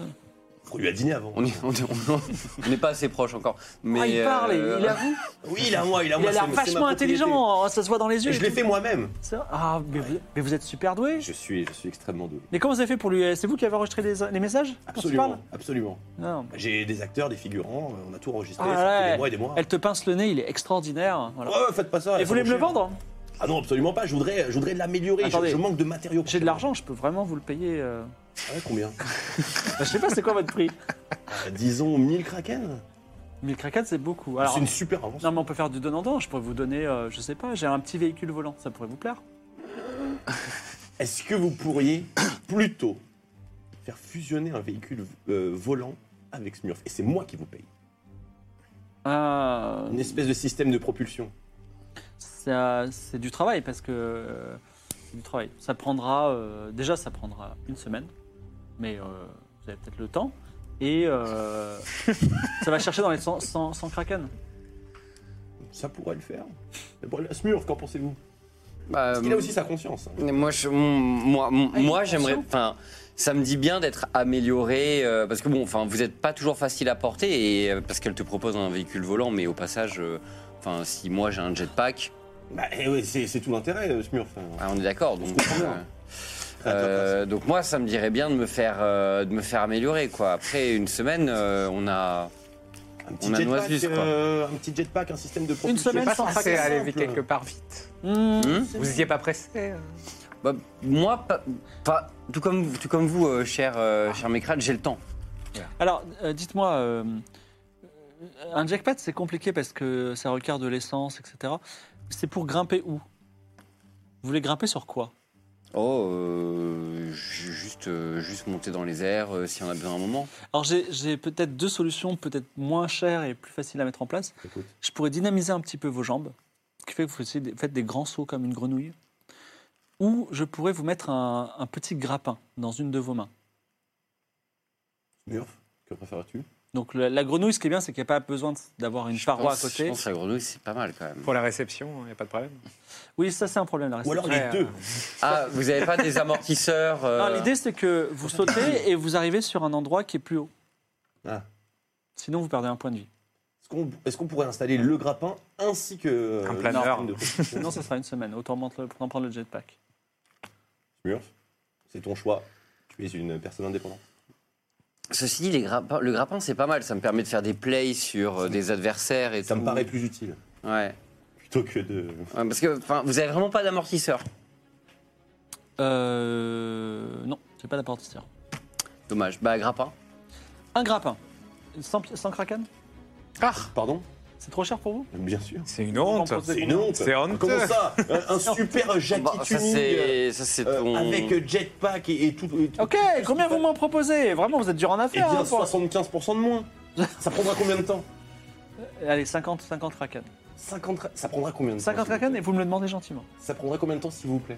Speaker 5: On lui a dîné avant.
Speaker 6: On est- on est- on est- on n'est pas assez proche encore. Mais
Speaker 2: Ah, il parle,
Speaker 6: euh,
Speaker 2: il, il avoue,
Speaker 5: Oui, il a moi, il a
Speaker 2: il
Speaker 5: moi.
Speaker 2: a l'air
Speaker 5: c'est- c'est ma
Speaker 2: vachement intelligent, hein, ça se voit dans les
Speaker 5: propriété.
Speaker 2: yeux.
Speaker 5: Je
Speaker 2: et
Speaker 5: l'ai
Speaker 2: tout.
Speaker 5: fait moi-même.
Speaker 2: Ça- Ah, mais, vous, mais vous êtes super doué.
Speaker 5: Je suis, je suis extrêmement doué.
Speaker 2: Mais comment vous avez fait pour lui euh, C'est vous qui avez enregistré les, les messages quand tu
Speaker 5: Absolument, absolument.
Speaker 2: parles Non.
Speaker 5: J'ai des acteurs, des figurants, euh, on a tout enregistré,
Speaker 2: Ah
Speaker 5: ça
Speaker 2: ouais.
Speaker 5: fait des mois et des mois.
Speaker 2: Elle te pince le nez, il est extraordinaire. hein, voilà.
Speaker 5: Ouais, ouais, faites pas ça.
Speaker 2: et
Speaker 5: ça
Speaker 2: vous voulez
Speaker 5: vaut
Speaker 2: me le
Speaker 5: cher.
Speaker 2: vendre
Speaker 5: Ah non, absolument pas, je voudrais, je voudrais l'améliorer, je,
Speaker 2: Attendez.
Speaker 5: je manque de matériaux. pour
Speaker 2: J'ai de
Speaker 5: faire.
Speaker 2: l'argent, je peux vraiment vous le payer. euh.
Speaker 5: Ouais, combien
Speaker 2: Bah, je sais pas, c'est quoi votre prix
Speaker 5: Euh, Disons 1000 kraken
Speaker 2: 1000 kraken, c'est beaucoup. Alors,
Speaker 5: C'est une super avance.
Speaker 2: Non, mais on peut faire du donnant-donnant. Je pourrais vous donner, euh, je sais pas, j'ai un petit véhicule volant. Ça pourrait vous plaire.
Speaker 5: Est-ce que vous pourriez plutôt faire fusionner un véhicule euh, volant avec Smurf Et c'est moi qui vous paye.
Speaker 2: Euh,
Speaker 5: Une espèce de système de propulsion.
Speaker 2: ça- c'est du travail parce que. euh, c'est du travail. Ça prendra. euh, déjà, ça prendra une semaine. Mais euh, vous avez peut-être le temps. Et euh, ça va chercher dans les 100, 100 100 kraken.
Speaker 5: Ça pourrait le faire. Mais bon, Smurf, qu'en pensez-vous
Speaker 6: bah,
Speaker 5: Parce qu'il a
Speaker 2: Euh,
Speaker 5: aussi sa conscience. hein.
Speaker 6: Mais Moi, je- moi, moi,
Speaker 2: Ah, il
Speaker 6: moi,
Speaker 2: est
Speaker 6: j'aimerais.
Speaker 2: conscient.
Speaker 6: Enfin, ça me dit bien d'être amélioré euh, parce que bon, enfin, vous n'êtes pas toujours facile à porter et euh, parce qu'elle te propose un véhicule volant, mais au passage, euh, enfin, si moi j'ai un jetpack,
Speaker 5: Bah, eh ouais, c'est c'est tout l'intérêt, euh, Smurf.
Speaker 6: ah, on est d'accord. Donc,
Speaker 5: comprend bien.
Speaker 6: euh, Euh, donc moi, ça me dirait bien de me faire, euh, de me faire améliorer, quoi. Après une semaine, euh, on a...
Speaker 5: Un petit,
Speaker 6: on a
Speaker 5: jetpack,
Speaker 6: Noisus, quoi.
Speaker 5: euh, un petit jetpack, un système de propulsion.
Speaker 2: semaine
Speaker 4: Pas
Speaker 2: sans
Speaker 4: censé
Speaker 2: fracas
Speaker 4: aller
Speaker 2: simple.
Speaker 4: quelque part vite.
Speaker 2: Hmm.
Speaker 6: Hmm
Speaker 4: hein. Vous y êtes pas pressé euh
Speaker 6: Bah, moi, pas, pas- tout, comme, tout comme vous, euh, cher, euh, cher Mécrate, j'ai le temps.
Speaker 2: Alors, euh, dites-moi, euh, un jackpot, c'est compliqué parce que ça requiert de l'essence, etc. C'est pour grimper où Vous voulez grimper sur quoi
Speaker 6: Oh, euh, ju- juste, euh, juste monter dans les airs euh, si on a besoin un moment.
Speaker 2: Alors, j'ai j'ai peut-être deux solutions, peut-être moins chères et plus faciles à mettre en place.
Speaker 5: Écoute.
Speaker 2: Je pourrais dynamiser un petit peu vos jambes, ce qui fait que vous faites des, faites des grands sauts comme une grenouille. Ou je pourrais vous mettre un, un petit grappin dans une de vos mains.
Speaker 5: Murph, que préfères-tu
Speaker 2: Donc, la, la grenouille, ce qui est bien, c'est qu'il n'y a pas besoin de- d'avoir une
Speaker 6: Je
Speaker 2: paroi
Speaker 6: pense-
Speaker 2: à
Speaker 6: Je
Speaker 2: côté.
Speaker 6: pense que la grenouille, c'est pas mal quand même.
Speaker 4: Pour la réception, il n'y a pas de problème.
Speaker 2: Oui, ça, c'est un problème. La
Speaker 5: Ou alors les
Speaker 4: Ouais,
Speaker 5: deux.
Speaker 6: Ah, vous avez pas des amortisseurs euh,
Speaker 2: Non, L'idée, c'est que vous sautez et vous arrivez sur un endroit qui est plus haut.
Speaker 5: Ah.
Speaker 2: Sinon, vous perdez un point de vie.
Speaker 5: Est-ce qu'on est-ce qu'on pourrait installer le grappin ainsi que euh,
Speaker 4: Un
Speaker 5: le
Speaker 4: planeur.
Speaker 5: système de propulsion
Speaker 2: Sinon, ça sera une semaine. Autant montre- autant prendre le jetpack.
Speaker 5: Murph, c'est ton choix. Tu es une personne indépendante.
Speaker 6: Ceci dit, les grappins- le grappin, c'est pas mal. Ça me permet de faire des plays sur euh, des adversaires et
Speaker 5: Ça
Speaker 6: tout.
Speaker 5: me paraît plus utile
Speaker 6: Ouais.
Speaker 5: plutôt que de.
Speaker 6: Ouais, parce que enfin, vous avez vraiment pas d'amortisseur.
Speaker 2: Euh, non, j'ai pas d'apportisseur.
Speaker 6: Dommage. Bah, grappin.
Speaker 2: Un grappin. Sans, pi- sans kraken
Speaker 4: Ah
Speaker 5: Pardon
Speaker 2: C'est trop cher pour vous
Speaker 5: Bien sûr.
Speaker 4: C'est une
Speaker 2: On
Speaker 4: honte
Speaker 2: propose des
Speaker 5: C'est une
Speaker 2: combats.
Speaker 5: honte.
Speaker 4: C'est honteux.
Speaker 5: Comment ça Un un super jacky
Speaker 6: Bah, ça,
Speaker 5: tuning,
Speaker 6: c'est ça, c'est
Speaker 5: euh,
Speaker 6: ton.
Speaker 5: avec jetpack et, et tout. et tout.
Speaker 2: Ok, combien vous m'en proposez Vraiment, vous êtes dur en
Speaker 5: Eh
Speaker 2: affaires.
Speaker 5: bien,
Speaker 2: hein, pour-
Speaker 5: 75% de moins. Ça prendra combien de temps
Speaker 2: Allez, 50, 50 kraken.
Speaker 5: 50 ra- Ça prendra combien de temps
Speaker 2: 50
Speaker 5: s'il vous
Speaker 2: kraken
Speaker 5: plaît
Speaker 2: et vous me le demandez gentiment.
Speaker 5: Ça prendra combien de temps, s'il vous plaît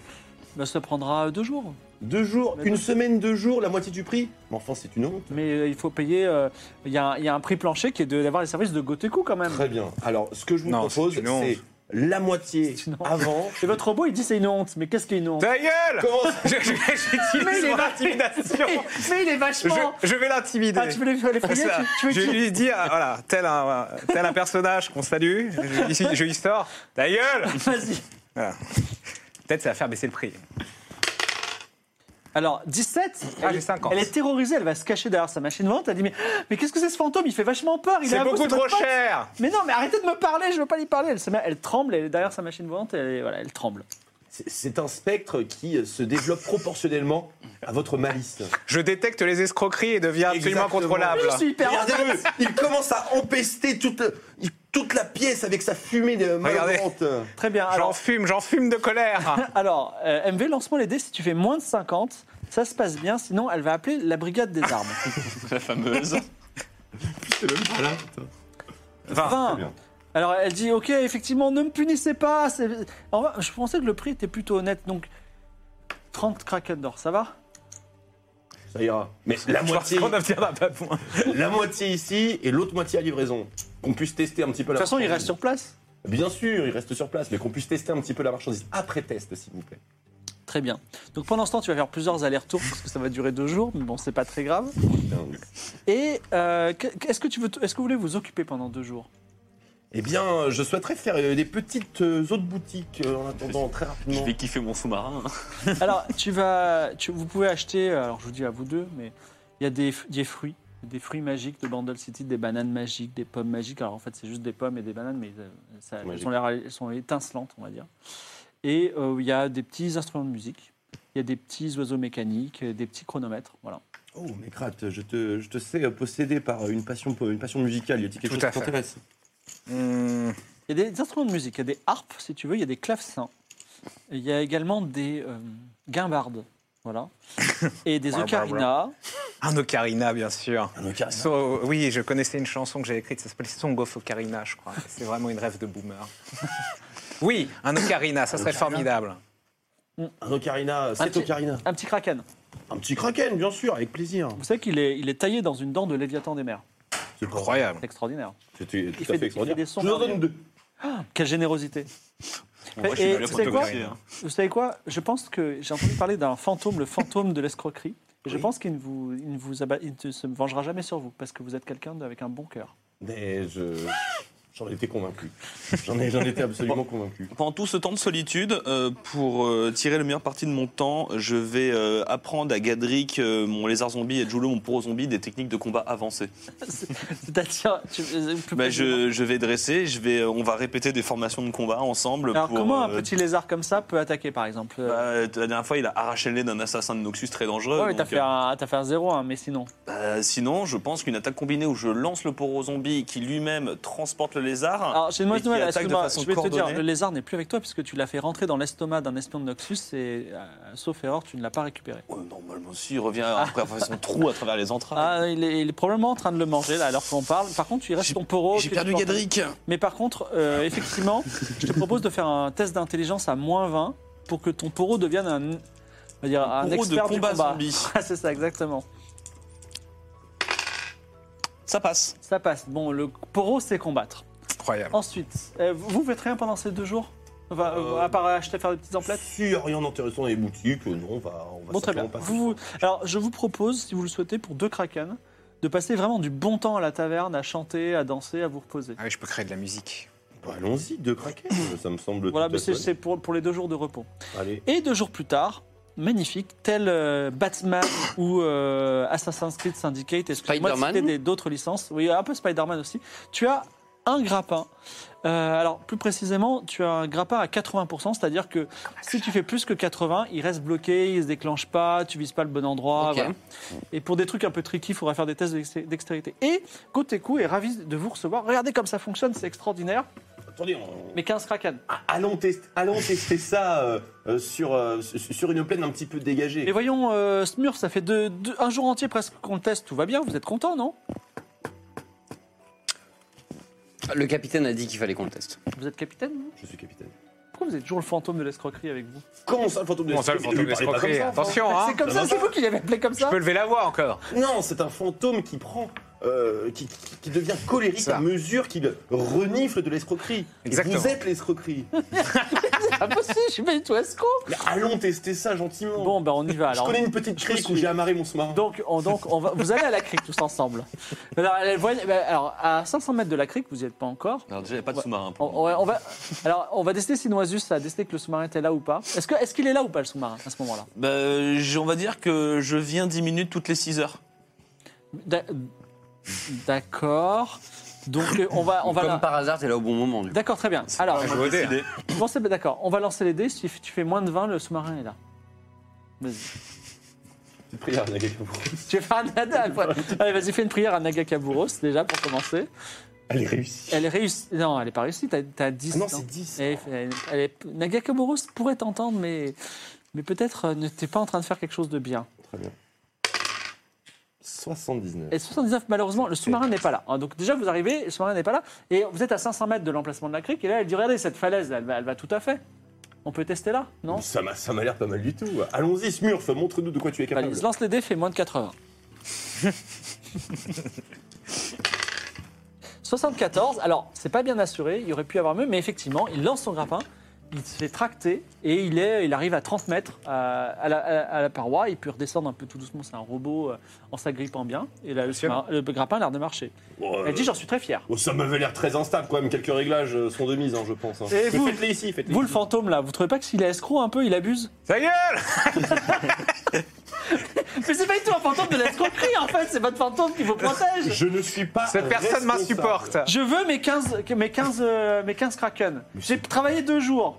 Speaker 2: Bah, ça prendra deux jours.
Speaker 5: Deux jours,
Speaker 2: Mais
Speaker 5: une
Speaker 2: non.
Speaker 5: semaine, deux jours, la moitié du prix Mais enfin, c'est une honte.
Speaker 2: Mais euh, il faut payer. euh, Il y, a un- il y a un prix plancher qui est de- d'avoir les services de Goteku quand même.
Speaker 5: Très bien. Alors, ce que je vous
Speaker 4: Non,
Speaker 5: propose,
Speaker 4: c'est une honte.
Speaker 5: c'est la moitié
Speaker 2: C'est une honte.
Speaker 5: avant.
Speaker 2: Et votre robot, il dit c'est une honte. Mais qu'est-ce qui est une honte
Speaker 4: Ta gueule
Speaker 5: Comment
Speaker 4: Je- je- J'utilise mon intimidation.
Speaker 2: Mais il est
Speaker 4: Je,
Speaker 2: vachement.
Speaker 4: je vais l'intimider.
Speaker 2: Ah, tu veux les, les frayer,
Speaker 4: Ça,
Speaker 2: tu, tu veux
Speaker 4: je
Speaker 2: qui
Speaker 4: lui dis, ah, voilà, tel un, tel un personnage qu'on salue, je, lui dis- je lui sors, ta gueule
Speaker 2: Vas-y.
Speaker 4: Voilà. Peut-être ça va faire baisser le prix.
Speaker 2: Alors, 17,
Speaker 4: Ah,
Speaker 2: elle,
Speaker 4: j'ai 50.
Speaker 2: elle est terrorisée, elle va se cacher derrière sa machine volante. Elle dit Mais, mais qu'est-ce que c'est ce fantôme Il fait vachement peur. il est
Speaker 4: C'est
Speaker 2: à vous,
Speaker 4: beaucoup
Speaker 2: votre
Speaker 4: trop
Speaker 2: pote.
Speaker 4: cher
Speaker 2: Mais non, mais arrêtez de me parler, je veux pas lui parler. Elle, se met- elle tremble, elle est derrière sa machine volante, et elle, voilà, elle tremble.
Speaker 5: C'est- C'est un spectre qui euh, se développe proportionnellement à votre malice.
Speaker 4: Je détecte les escroqueries et deviens absolument
Speaker 5: Exactement.
Speaker 4: incontrôlable.
Speaker 2: Je suis hyper.
Speaker 5: Regardez-le, il commence à empester toute, il- toute la pièce avec sa fumée de
Speaker 4: Regardez.
Speaker 5: malodorante.
Speaker 2: Très bien.
Speaker 4: J'en
Speaker 2: Alors,
Speaker 4: fume, j'en fume de colère.
Speaker 2: alors euh, MV, lance-moi les dés. Si tu fais moins de 50, ça se passe bien, sinon elle va appeler la brigade des armes.
Speaker 3: La fameuse.
Speaker 4: Ah,
Speaker 2: Vingt.
Speaker 5: bien.
Speaker 2: Alors elle dit ok effectivement ne me punissez pas. c'est- En vrai, je pensais que le prix était plutôt honnête donc 30 kraken d'or ça va
Speaker 5: Ça ira. Mais la
Speaker 4: Je pense
Speaker 5: moitié,
Speaker 4: qu'on n'obtiendra ah, pas moins.
Speaker 5: la moitié ici et l'autre moitié à livraison. Qu'on puisse tester un petit peu
Speaker 2: De
Speaker 5: la
Speaker 2: toute façon il
Speaker 5: marchandise.
Speaker 2: reste sur place.
Speaker 5: Bien sûr, il reste sur place, mais qu'on puisse tester un petit peu la marchandise après test, s'il vous plaît.
Speaker 2: Très bien. Donc pendant ce temps tu vas faire plusieurs allers-retours parce que ça va durer deux jours mais bon c'est pas très grave. Et euh, que- est-ce que tu veux est-ce que vous voulez vous occuper pendant deux jours
Speaker 5: Eh bien, je souhaiterais faire euh, des petites euh, autres boutiques euh, en attendant très
Speaker 3: Je
Speaker 5: rapidement.
Speaker 3: vais kiffer mon sous-marin. hein.
Speaker 2: Alors tu vas tu- vous pouvez acheter alors je vous dis à vous deux mais il y a des, des fruits des fruits magiques de Bandle City, des bananes magiques, des pommes magiques. Alors en fait, c'est juste des pommes et des bananes, mais euh, ça, elles,
Speaker 5: Magique.
Speaker 2: ont l'air- elles sont étincelantes, on va dire. Et euh, il y a des petits instruments de musique, il y a des petits oiseaux mécaniques, euh, des petits chronomètres. Voilà.
Speaker 5: Oh, mais Krat, je te, je te sais euh, possédé par euh, une passion, une passion musicale. Y a-t-il quelque
Speaker 4: Tout
Speaker 5: chose
Speaker 4: à
Speaker 5: qui
Speaker 4: fait.
Speaker 5: t'intéresse
Speaker 4: Hmm,
Speaker 2: Il y a des instruments de musique, il y a des harpes, si tu veux, il y a des clavecins. Il y a également des euh, guimbardes, voilà. Et des
Speaker 4: Bra, bra, bra.
Speaker 2: ocarinas.
Speaker 4: Un ocarina, bien sûr.
Speaker 5: Un ocarina.
Speaker 4: So- oui, je connaissais une chanson que j'ai écrite, ça s'appelle Song of Ocarina, je crois. C'est vraiment une rêve de boomer. oui, un ocarina, ça serait formidable.
Speaker 5: Un ocarina, cet
Speaker 2: petit-
Speaker 5: ocarina.
Speaker 2: Un petit kraken.
Speaker 5: Un petit kraken, bien sûr, avec plaisir.
Speaker 2: Vous savez qu'il est, il est taillé dans une dent de Léviathan des mers.
Speaker 5: C'est
Speaker 4: Incroyable.
Speaker 2: C'est extraordinaire.
Speaker 5: C'était
Speaker 2: Il fait
Speaker 5: tout à
Speaker 2: des-
Speaker 5: fait
Speaker 2: il fait
Speaker 5: extraordinaire.
Speaker 2: des sons
Speaker 5: Je vous en donne deux.
Speaker 2: Quelle générosité.
Speaker 3: Moi, je
Speaker 2: Et
Speaker 3: suis là
Speaker 2: tu
Speaker 3: pour
Speaker 2: sais
Speaker 3: te
Speaker 2: quoi
Speaker 3: conquérir.
Speaker 2: Vous savez quoi Je pense que j'ai entendu parler d'un fantôme, le fantôme de l'escroquerie. Et Je pense qu'il ne, vous, il ne, vous abat- il ne se vengera jamais sur vous parce que vous êtes quelqu'un avec un bon cœur.
Speaker 5: Mais je. J'en étais convaincu. J'en ai- j'en étais absolument convaincu.
Speaker 3: Pendant tout ce temps de solitude, euh, pour euh, tirer le meilleur parti de mon temps, je vais euh, apprendre à Gadrick, euh, mon lézard zombie, et Julo, mon pro zombie, des techniques de combat avancées.
Speaker 2: C'est-à-dire, tu- euh, plus
Speaker 3: Bah,
Speaker 2: précisément.
Speaker 3: je, je vais dresser, je vais, euh, on va répéter des formations de combat ensemble.
Speaker 2: Alors,
Speaker 3: pour,
Speaker 2: comment un
Speaker 3: euh,
Speaker 2: petit lézard comme ça peut attaquer, par exemple Euh,
Speaker 3: bah, la dernière fois, il a arraché le nez d'un assassin de Noxus très dangereux.
Speaker 2: Ouais, mais t'as
Speaker 3: Bah, donc, euh,
Speaker 2: fait, un- t'as fait un 0 mais sinon.
Speaker 3: Bah, sinon, je pense qu'une attaque combinée où je lance le poro zombie qui lui-même transporte le lézard.
Speaker 2: Alors, j'ai une mauvaise
Speaker 3: et Ah, qui
Speaker 2: nouvelle,
Speaker 3: attaque de
Speaker 2: excuse-moi,
Speaker 3: façon
Speaker 2: je vais te dire,
Speaker 3: coordonnée.
Speaker 2: le lézard n'est plus avec toi puisque tu l'as fait rentrer dans l'estomac d'un espion de Noxus et, euh, sauf erreur, tu ne l'as pas récupéré.
Speaker 3: Ouais, normalement, si, il revient après avoir fait son trou à travers les entrailles.
Speaker 2: Ah, il est, il est probablement en train de le manger là, alors qu'on parle. Par contre, il reste ton poro. que
Speaker 3: J'ai
Speaker 2: tu
Speaker 3: perdu
Speaker 2: portes.
Speaker 3: Gadrick.
Speaker 2: Mais par contre, euh, effectivement, je te propose de faire un test d'intelligence à moins 20 pour que ton poro devienne un, on va dire, un
Speaker 3: Poro de
Speaker 2: expert du
Speaker 3: combat
Speaker 2: combat.
Speaker 3: zombie.
Speaker 2: Ah, C'est ça, exactement.
Speaker 3: Ça passe.
Speaker 2: Ça passe. Bon, le poro, c'est combattre.
Speaker 4: Incroyable.
Speaker 2: Ensuite, euh, vous faites rien pendant ces deux jours Enfin, euh,
Speaker 5: Euh,
Speaker 2: À part acheter, faire des petites emplettes
Speaker 5: S'il n'y a rien d'intéressant dans les boutiques, euh, non, on va, on va
Speaker 2: Bon, très bien.
Speaker 5: certainement pas-
Speaker 2: Vous- alors, je vous propose, si vous le souhaitez, pour deux kraken, de passer vraiment du bon temps à la taverne, à chanter, à danser, à vous reposer.
Speaker 4: Ah oui, je peux créer de la musique.
Speaker 5: Bah, Allons-y, deux craquettes, ça me semble.
Speaker 2: Voilà,
Speaker 5: tout
Speaker 2: mais
Speaker 5: à
Speaker 2: c'est
Speaker 5: fait.
Speaker 2: c'est pour, pour les deux jours de repos.
Speaker 5: Allez.
Speaker 2: Et deux jours plus tard, magnifique, tel euh, Batman ou euh, Assassin's Creed Syndicate, excusez-moi de
Speaker 6: Spider-Man.
Speaker 2: citer des- d'autres licences, oui, un peu Spider-Man aussi, tu as un grappin. Euh, alors, plus précisément, tu as un grappin à 80%, c'est-à-dire que si tu fais plus que 80, il reste bloqué, il se déclenche pas, tu vises pas le bon endroit.
Speaker 6: Ok.
Speaker 2: voilà. Et pour des trucs un peu tricky, il faudra faire des tests de dex- dextérité. Et côté coup, est ravi de vous recevoir. Regardez comme ça fonctionne, c'est extraordinaire.
Speaker 5: Attendez, on-
Speaker 2: Mais 15 kraken.
Speaker 5: Ah, allons, test- allons tester ça euh, euh, sur, euh, sur une plaine un petit peu dégagée.
Speaker 2: Mais voyons, euh, Smurf, ça fait deux- deux- un jour entier presque qu'on le teste, tout va bien, vous êtes content, non
Speaker 6: Le capitaine a dit qu'il fallait qu'on le teste.
Speaker 2: Vous êtes capitaine vous
Speaker 5: Je suis capitaine.
Speaker 2: Pourquoi vous êtes toujours le fantôme de l'escroquerie avec vous
Speaker 5: Comment ça, le fantôme de
Speaker 4: Comment ça, le
Speaker 5: l'escroquerie
Speaker 4: fantôme
Speaker 5: Lui, parlez pas
Speaker 4: d'escroquerie
Speaker 5: comme ça, enfin.
Speaker 4: Attention, hein
Speaker 2: Ah, C'est comme ça, c'est vous qui l'avez appelé comme
Speaker 4: Je
Speaker 2: ça
Speaker 4: peux lever la voix encore.
Speaker 5: Non, c'est un fantôme qui prend. euh, qui, qui- qui devient colérique
Speaker 4: Ça.
Speaker 5: à mesure qu'il renifle de l'escroquerie. Et
Speaker 4: Exactement.
Speaker 5: Vous êtes l'escroquerie.
Speaker 2: C'est impossible, Ah, je suis pas du tout escroc
Speaker 5: Mais allons tester ça gentiment.
Speaker 2: Bon, ben on y va
Speaker 5: je
Speaker 2: alors.
Speaker 5: connais une petite crique
Speaker 2: suis-
Speaker 5: où j'ai amarré mon smart.
Speaker 2: Donc, on, donc on va, vous allez à la crique tous ensemble. Alors, elle- elle voit- ben, alors, à 500 mètres de la crique, vous n'y êtes pas encore.
Speaker 3: Alors, déjà, il n'y a pas de sous-marin.
Speaker 2: On,
Speaker 3: pour moi.
Speaker 2: on va- on va, alors, on va décider si Noisus a décidé que le sous-marin était là ou pas. Est-ce que- est-ce qu'il est, là ou pas le sous-marin à ce moment-là
Speaker 3: Bah, j- on va dire que je viens 10 minutes toutes les 6 heures.
Speaker 2: D'a- D'accord. Donc, on va, on va.
Speaker 6: Comme
Speaker 2: la-
Speaker 6: par hasard, t'es là au bon moment. du coup.
Speaker 2: D'accord, très bien. Alors,
Speaker 4: Ah, Je vois des-
Speaker 3: Idée.
Speaker 2: Bon, c'est ben, d'accord. On va lancer les dés. Si tu fais moins de 20, le sous-marin est là. Vas-y.
Speaker 5: Petite prière, Nagakaburo.
Speaker 2: Tu vas faire un nada après. Allez, vas-y, fais une prière à Nagakaburos, déjà, pour commencer.
Speaker 5: Elle est réussie.
Speaker 2: Elle est réussie. Non, elle est pas réussie. T'as, t'as 10.
Speaker 5: Ah non,
Speaker 2: non
Speaker 5: c'est 10.
Speaker 2: Elle est- elle- elle est- Nagakaburos pourrait t'entendre, mais, mais peut-être euh, ne t'es pas en train de faire quelque chose de bien.
Speaker 5: 79.
Speaker 2: Et 79, malheureusement, le sous-marin n'est pas là. hein. Donc, déjà, vous arrivez, le sous-marin n'est pas là. Et vous êtes à 500 mètres de l'emplacement de la crique. Et là, elle dit Regardez, cette falaise, elle va, elle va tout à fait. On peut tester là, non
Speaker 5: Ça m'a, ça m'a l'air pas mal du tout. Allons-y, Smurf, montre-nous de quoi tu es capable.
Speaker 2: Valise, lance les dés, fait moins de 80. 74, alors c'est pas bien assuré, il aurait pu avoir mieux, mais effectivement, il lance son grappin, il se fait tracter et il, est, il arrive à 30 mètres euh, à, la, à- à la paroi. Il peut redescendre un peu tout doucement, c'est un robot euh, en s'agrippant bien. Et là, le,
Speaker 4: sûr.
Speaker 2: sous-marin- le grappin a l'air de marcher.
Speaker 5: Oh,
Speaker 2: Elle dit J'en suis très fier.
Speaker 5: oh, ça m'avait l'air très instable quand même. Quelques réglages euh, seront de mise, hein, je pense. hein.
Speaker 2: Et
Speaker 5: Mais
Speaker 2: vous-
Speaker 5: Faites-les ici, faites-les.
Speaker 2: Vous, le
Speaker 5: ici.
Speaker 2: fantôme là, vous trouvez pas que s'il est escroc un peu, il abuse
Speaker 4: Ta gueule
Speaker 2: Mais c'est pas du tout un fantôme de l'escroquerie en fait, c'est votre fantôme qui vous protège
Speaker 5: Je ne suis pas.
Speaker 4: Cette personne
Speaker 5: responsable.
Speaker 4: m'insupporte.
Speaker 2: Je veux mes 15, mes 15, euh, mes 15 kraken. J'ai travaillé deux jours.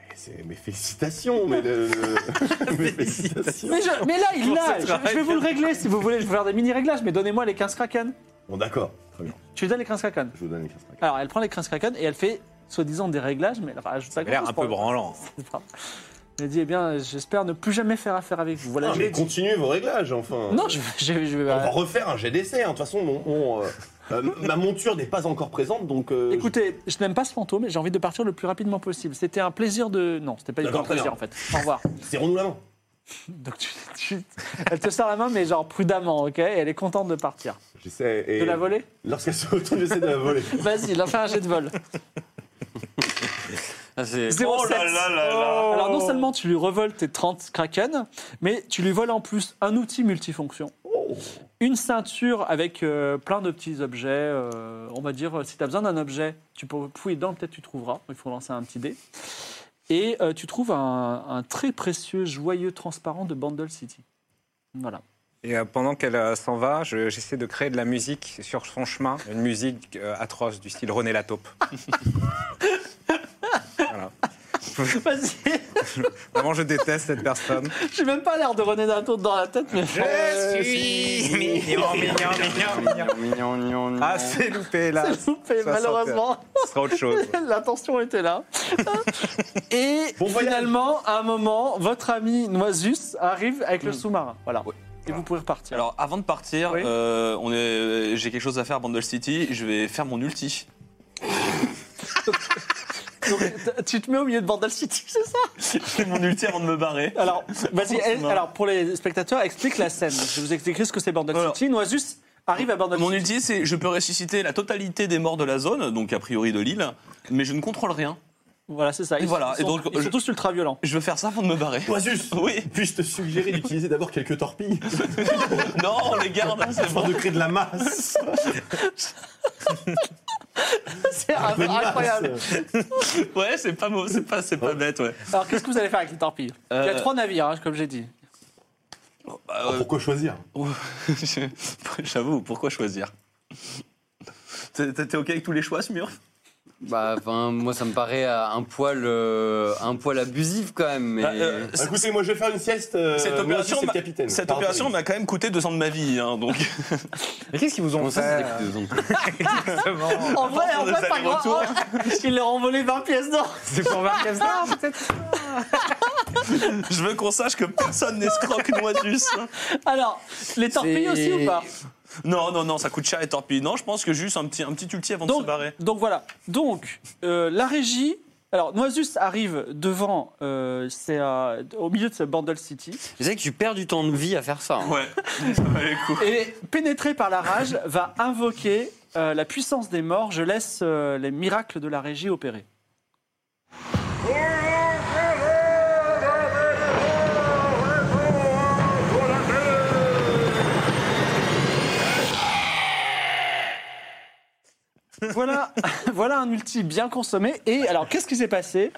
Speaker 5: Mais c'est- Mes félicitations, mais. le- le- mes félicitations.
Speaker 2: Mais, je- mais là, il l'a. Je, je vais vous le régler si vous voulez. Je vais faire des mini-réglages, mais donnez-moi les 15 kraken.
Speaker 5: Bon, d'accord. Très bien.
Speaker 2: Tu lui donnes les 15 kraken.
Speaker 5: Je vous donne les 15 secondes.
Speaker 2: Alors, elle prend les 15 kraken et elle fait soi-disant des réglages, mais elle rajoute
Speaker 4: Ça
Speaker 2: ça.
Speaker 4: a l'air un peu branlant.
Speaker 2: Elle dit, eh bien, j'espère ne plus jamais faire affaire avec vous. Voilà,
Speaker 5: Ah,
Speaker 2: je
Speaker 5: mais
Speaker 2: l'ai dit.
Speaker 5: continuez vos réglages, enfin.
Speaker 2: Non, je, je, je vais... euh,
Speaker 5: On va refaire un GDC. hein. De toute façon, mon- mon, euh, euh, ma monture n'est pas encore présente, donc. euh,
Speaker 2: Écoutez, je n'aime pas ce fantôme et j'ai envie de partir le plus rapidement possible. C'était un plaisir de... Non, c'était pas du tout un
Speaker 5: D'accord, très
Speaker 2: plaisir, en fait. Au revoir.
Speaker 5: je- Serrons-nous la main.
Speaker 2: Donc, tu, tu- elle te serre la main, mais genre prudemment, ok Et elle est contente de partir.
Speaker 5: J'essaie. Et
Speaker 2: De la voler
Speaker 5: Lorsqu'elle se retourne, j'essaie de la voler.
Speaker 2: Vas-y, il a fait un jet de vol.
Speaker 6: Ah, c'est-
Speaker 2: 0,7. Oh. Alors non seulement tu lui revoles tes 30 kraken, mais tu lui voles en plus un outil multifonction. une ceinture avec euh, plein de petits objets. euh, on va dire, euh, si tu as besoin d'un objet, tu peux fouiller dedans, peut-être tu trouveras. Il faut lancer un petit dé. Et euh, tu trouves un, un très précieux, joyeux, transparent de Bandle City. Voilà.
Speaker 4: Et euh, pendant qu'elle euh, s'en va, je- j'essaie de créer de la musique sur son chemin, une musique euh, atroce du style René la taupe. voilà.
Speaker 2: Vas-y,
Speaker 4: Vraiment, je déteste cette personne.
Speaker 2: j'ai même pas l'air de René Danton dans la tête, mais.
Speaker 4: Je suis mignon, mignon, mignon, mignon.
Speaker 6: Mignon, mignon, mignon.
Speaker 4: Ah, c'est loupé là.
Speaker 2: C'est loupé,
Speaker 4: Ça
Speaker 2: malheureusement.
Speaker 4: Ce sera autre chose.
Speaker 2: L'intention était là. Et
Speaker 5: Bon voyage.
Speaker 2: finalement, à un moment, votre ami Noisus arrive avec le sous-marin. Voilà.
Speaker 3: Ouais.
Speaker 2: Et vous pouvez repartir.
Speaker 3: Alors, avant de partir,
Speaker 2: Oui.
Speaker 3: euh, on est- j'ai quelque chose à faire à Bandle City. Je vais faire mon ulti.
Speaker 2: Donc, t- tu te mets au milieu de Vandal City, c'est ça
Speaker 3: je fais mon ulti avant de me barrer.
Speaker 2: Alors, vas-y.
Speaker 3: Au
Speaker 2: elle-
Speaker 3: sous-marin.
Speaker 2: Alors, pour les spectateurs, explique la scène. Je vous expliquerai ce que c'est Vandal
Speaker 3: Alors.
Speaker 2: City. Noisus arrive à Vandal
Speaker 3: Mon
Speaker 2: City.
Speaker 3: ulti, c'est je peux ressusciter la totalité des morts de la zone, donc a priori de l'île, mais je ne contrôle rien.
Speaker 2: Voilà, c'est ça.
Speaker 3: Et voilà,
Speaker 2: sont,
Speaker 3: et donc,
Speaker 2: ils sont
Speaker 3: je-
Speaker 2: tous ultra violents.
Speaker 3: Je veux faire ça avant de me barrer.
Speaker 5: Oisus,
Speaker 3: Oui.
Speaker 5: puis-je te suggérer d'utiliser d'abord quelques torpilles
Speaker 3: Non, on les garde, c'est
Speaker 5: afin
Speaker 3: bon.
Speaker 5: de créer de la masse
Speaker 2: C'est
Speaker 5: Un peu de masse.
Speaker 2: Ah, incroyable.
Speaker 3: Ouais, c'est pas mauvais, c'est pas, c'est pas bête, ouais.
Speaker 2: Alors, qu'est-ce que vous allez faire avec les torpilles Il y a
Speaker 3: Euh,
Speaker 2: trois navires, hein, comme j'ai dit.
Speaker 3: Bah,
Speaker 5: Ah,
Speaker 3: euh,
Speaker 5: Pourquoi choisir
Speaker 3: je- J'avoue, pourquoi choisir T'es t'es- t'es ok avec tous les choix, Smurf
Speaker 6: Bah, enfin, moi, ça me paraît euh, un poil, euh, un poil abusif quand même. Mais...
Speaker 3: Bah, euh,
Speaker 5: Bah, Écoutez, moi je vais faire une sieste. euh,
Speaker 3: Cette
Speaker 5: moi aussi,
Speaker 3: opération,
Speaker 5: c'est le
Speaker 3: m'a-
Speaker 5: capitaine.
Speaker 3: cette
Speaker 5: Pardon.
Speaker 3: opération m'a quand même coûté 2 ans de ma vie, hein, donc.
Speaker 4: Mais qu'est-ce qu'ils vous ont
Speaker 6: Comment ça,
Speaker 4: fait euh,
Speaker 6: ça
Speaker 3: euh,
Speaker 6: coûte deux ans de plus
Speaker 4: exactement
Speaker 2: En vrai, en
Speaker 3: des
Speaker 2: vrai, pas grave.
Speaker 3: allers-retours.
Speaker 2: Ils leur ont volé 20 pièces d'or.
Speaker 4: C'est pour 20 pièces d'or, peut-être
Speaker 3: Je veux qu'on sache que personne n'escroque hein. Noisus.
Speaker 2: Alors, les torpilles aussi
Speaker 6: C'est-
Speaker 2: ou pas
Speaker 3: Non, non, non, ça coûte cher et tant pis. Non, je pense que juste un petit, un petit ulti avant de
Speaker 2: donc,
Speaker 3: se barrer.
Speaker 2: donc voilà. Donc, euh, la régie. Alors, Noisus arrive devant, euh, c'est euh, au milieu de ce Bandle City,
Speaker 6: Tu sais que tu perds du temps de vie à faire ça. hein.
Speaker 3: Ouais, ça va les coups.
Speaker 2: et pénétré par la rage, va invoquer euh, la puissance des morts. Je laisse euh, les miracles de la régie opérer. Voilà, voilà un ulti bien consommé. Et alors, qu'est-ce qui s'est passé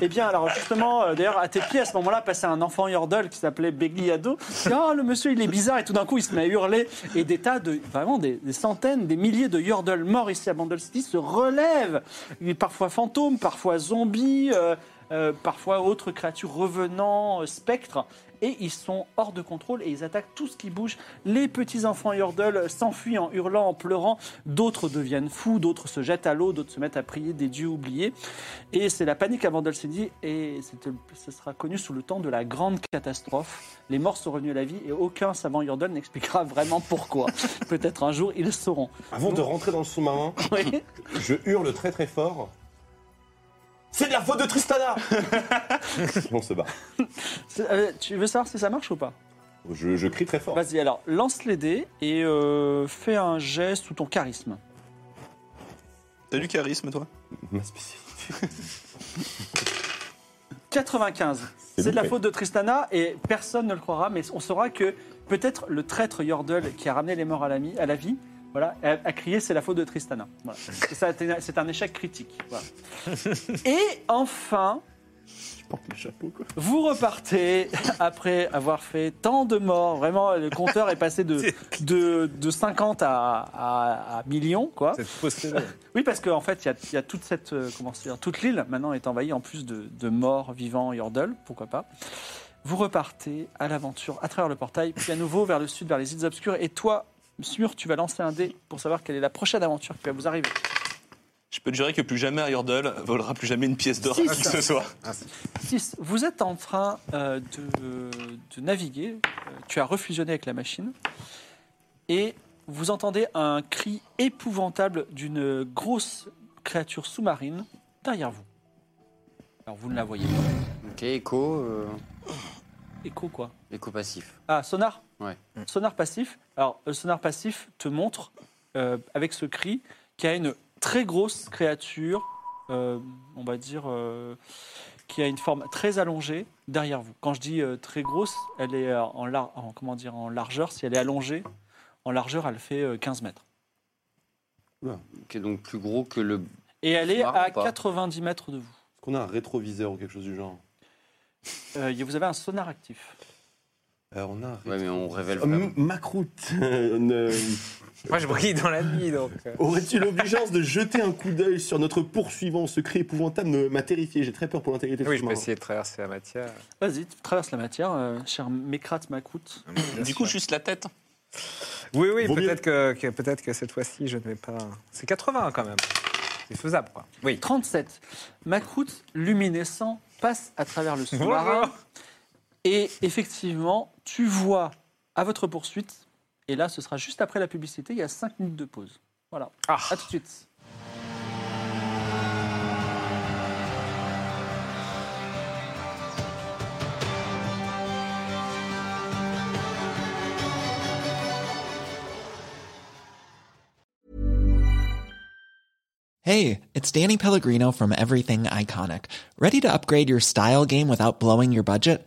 Speaker 2: Eh bien, alors justement, euh, d'ailleurs, à tes pieds, à ce moment-là, passait un enfant Yordle qui s'appelait Begliado. Il dit, Ah, le monsieur, il est bizarre. Et tout d'un coup, il se met à hurler. Et des tas de, vraiment, des, des centaines, des milliers de Yordle morts ici à Bandle City se relèvent. Il est Parfois fantômes, parfois zombies, euh, euh, parfois autres créatures revenant, euh, spectres. Et ils sont hors de contrôle et ils attaquent tout ce qui bouge. Les petits enfants Yordle s'enfuient en hurlant, en pleurant. D'autres deviennent fous, d'autres se jettent à l'eau, d'autres se mettent à prier des dieux oubliés. Et c'est la panique à Vandal City, et c'était- ce sera connu sous le temps de la grande catastrophe. Les morts sont revenus à la vie, et aucun savant Yordle n'expliquera vraiment pourquoi. Peut-être un jour, ils le sauront.
Speaker 5: Avant de rentrer dans le sous-marin,
Speaker 2: Oui.
Speaker 5: je hurle très très fort. C'est de la faute de Tristana On se bat.
Speaker 2: C'est- euh, tu veux savoir si ça marche ou pas
Speaker 5: Je, je crie très fort.
Speaker 2: Vas-y, alors, lance les dés, et euh, fais un geste sous ton charisme.
Speaker 3: T'as du charisme, toi
Speaker 5: Ma spécialité.
Speaker 2: 95.
Speaker 5: C'est
Speaker 2: C'est de la
Speaker 5: loupé.
Speaker 2: faute de Tristana et personne ne le croira, mais on saura que peut-être le traître Yordle qui a ramené les morts à la, mi- à la vie voilà, a, a crié c'est la faute de Tristana. Voilà. Et ça, c'est un- C'est un échec critique. Voilà. et enfin,
Speaker 5: Je porte le chapeau quoi.
Speaker 2: vous repartez après avoir fait tant de morts. Vraiment, le compteur est passé de, de, de 50 à, à, à millions. Quoi.
Speaker 4: C'est possible.
Speaker 2: Oui, parce qu'en fait, il y a- il y, a toute cette. euh, comment se dire, Toute l'île maintenant est envahie en plus de, de morts vivants, Yordle, pourquoi pas. Vous repartez à l'aventure à travers le portail, puis à nouveau vers le sud, vers les îles obscures. Et toi, Smur, tu vas lancer un dé pour savoir quelle est la prochaine aventure qui va vous arriver.
Speaker 3: Je peux te jurer que plus jamais un Yordle volera plus jamais une pièce d'or à qui que ce soit.
Speaker 2: 6. Vous êtes en train euh, de, de naviguer. Euh, Tu as refusionné avec la machine. Et vous entendez un cri épouvantable d'une grosse créature sous-marine derrière vous. Alors vous ne la voyez pas.
Speaker 6: Ok, écho, euh,
Speaker 2: Écho quoi
Speaker 6: écho passif.
Speaker 2: Ah, sonar
Speaker 6: Ouais.
Speaker 2: Sonar passif. Alors, le sonar passif te montre, euh, avec ce cri, qu'il y a une très grosse créature, euh, on va dire, euh, qui a une forme très allongée derrière vous. Quand je dis euh, très grosse, elle est euh, en, lar- en- comment dire, en largeur, si elle est allongée, En largeur, elle fait euh, 15 mètres.
Speaker 6: Qui est donc plus gros que le.
Speaker 2: Et elle est
Speaker 6: C'est marrant
Speaker 2: à
Speaker 6: ou pas
Speaker 2: 90 mètres de vous.
Speaker 5: Est-ce qu'on a un rétroviseur ou quelque chose du genre
Speaker 2: Euh, y- vous avez un sonar actif.
Speaker 5: Euh, On a un
Speaker 6: Ouais, mais on révèle
Speaker 3: Euh,
Speaker 5: Oh,
Speaker 6: vraiment.
Speaker 5: M- Macroute, euh, ne-
Speaker 4: Moi, je brille dans la nuit, donc. euh,
Speaker 5: aurais-tu l'obligeance de jeter un coup d'œil sur notre poursuivant Ce cri épouvantable ne- m'a terrifié. J'ai très peur pour l'intégrité de
Speaker 4: Oui,
Speaker 5: ce
Speaker 4: je peux
Speaker 5: marin.
Speaker 4: essayer de traverser la matière.
Speaker 2: Vas-y, tu traverses la matière, euh, cher Mécrate Macoute.
Speaker 10: Du coup, juste la tête.
Speaker 4: Oui, oui,
Speaker 5: Vaut mieux.
Speaker 4: peut-être que, que- peut-être que cette fois-ci, je ne vais pas. C'est 80 quand même. C'est faisable, quoi. Oui.
Speaker 2: 37. Macoute, luminescent, passe à travers le sous-marin.
Speaker 4: Bonjour.
Speaker 2: et effectivement, tu vois à votre poursuite. Et là, ce sera juste après la publicité. Il y a 5 minutes de pause. Voilà.
Speaker 4: Ah.
Speaker 2: À tout de suite.
Speaker 3: Hey, it's Danny Pellegrino from Everything Iconic. Ready to upgrade your style game without blowing your budget?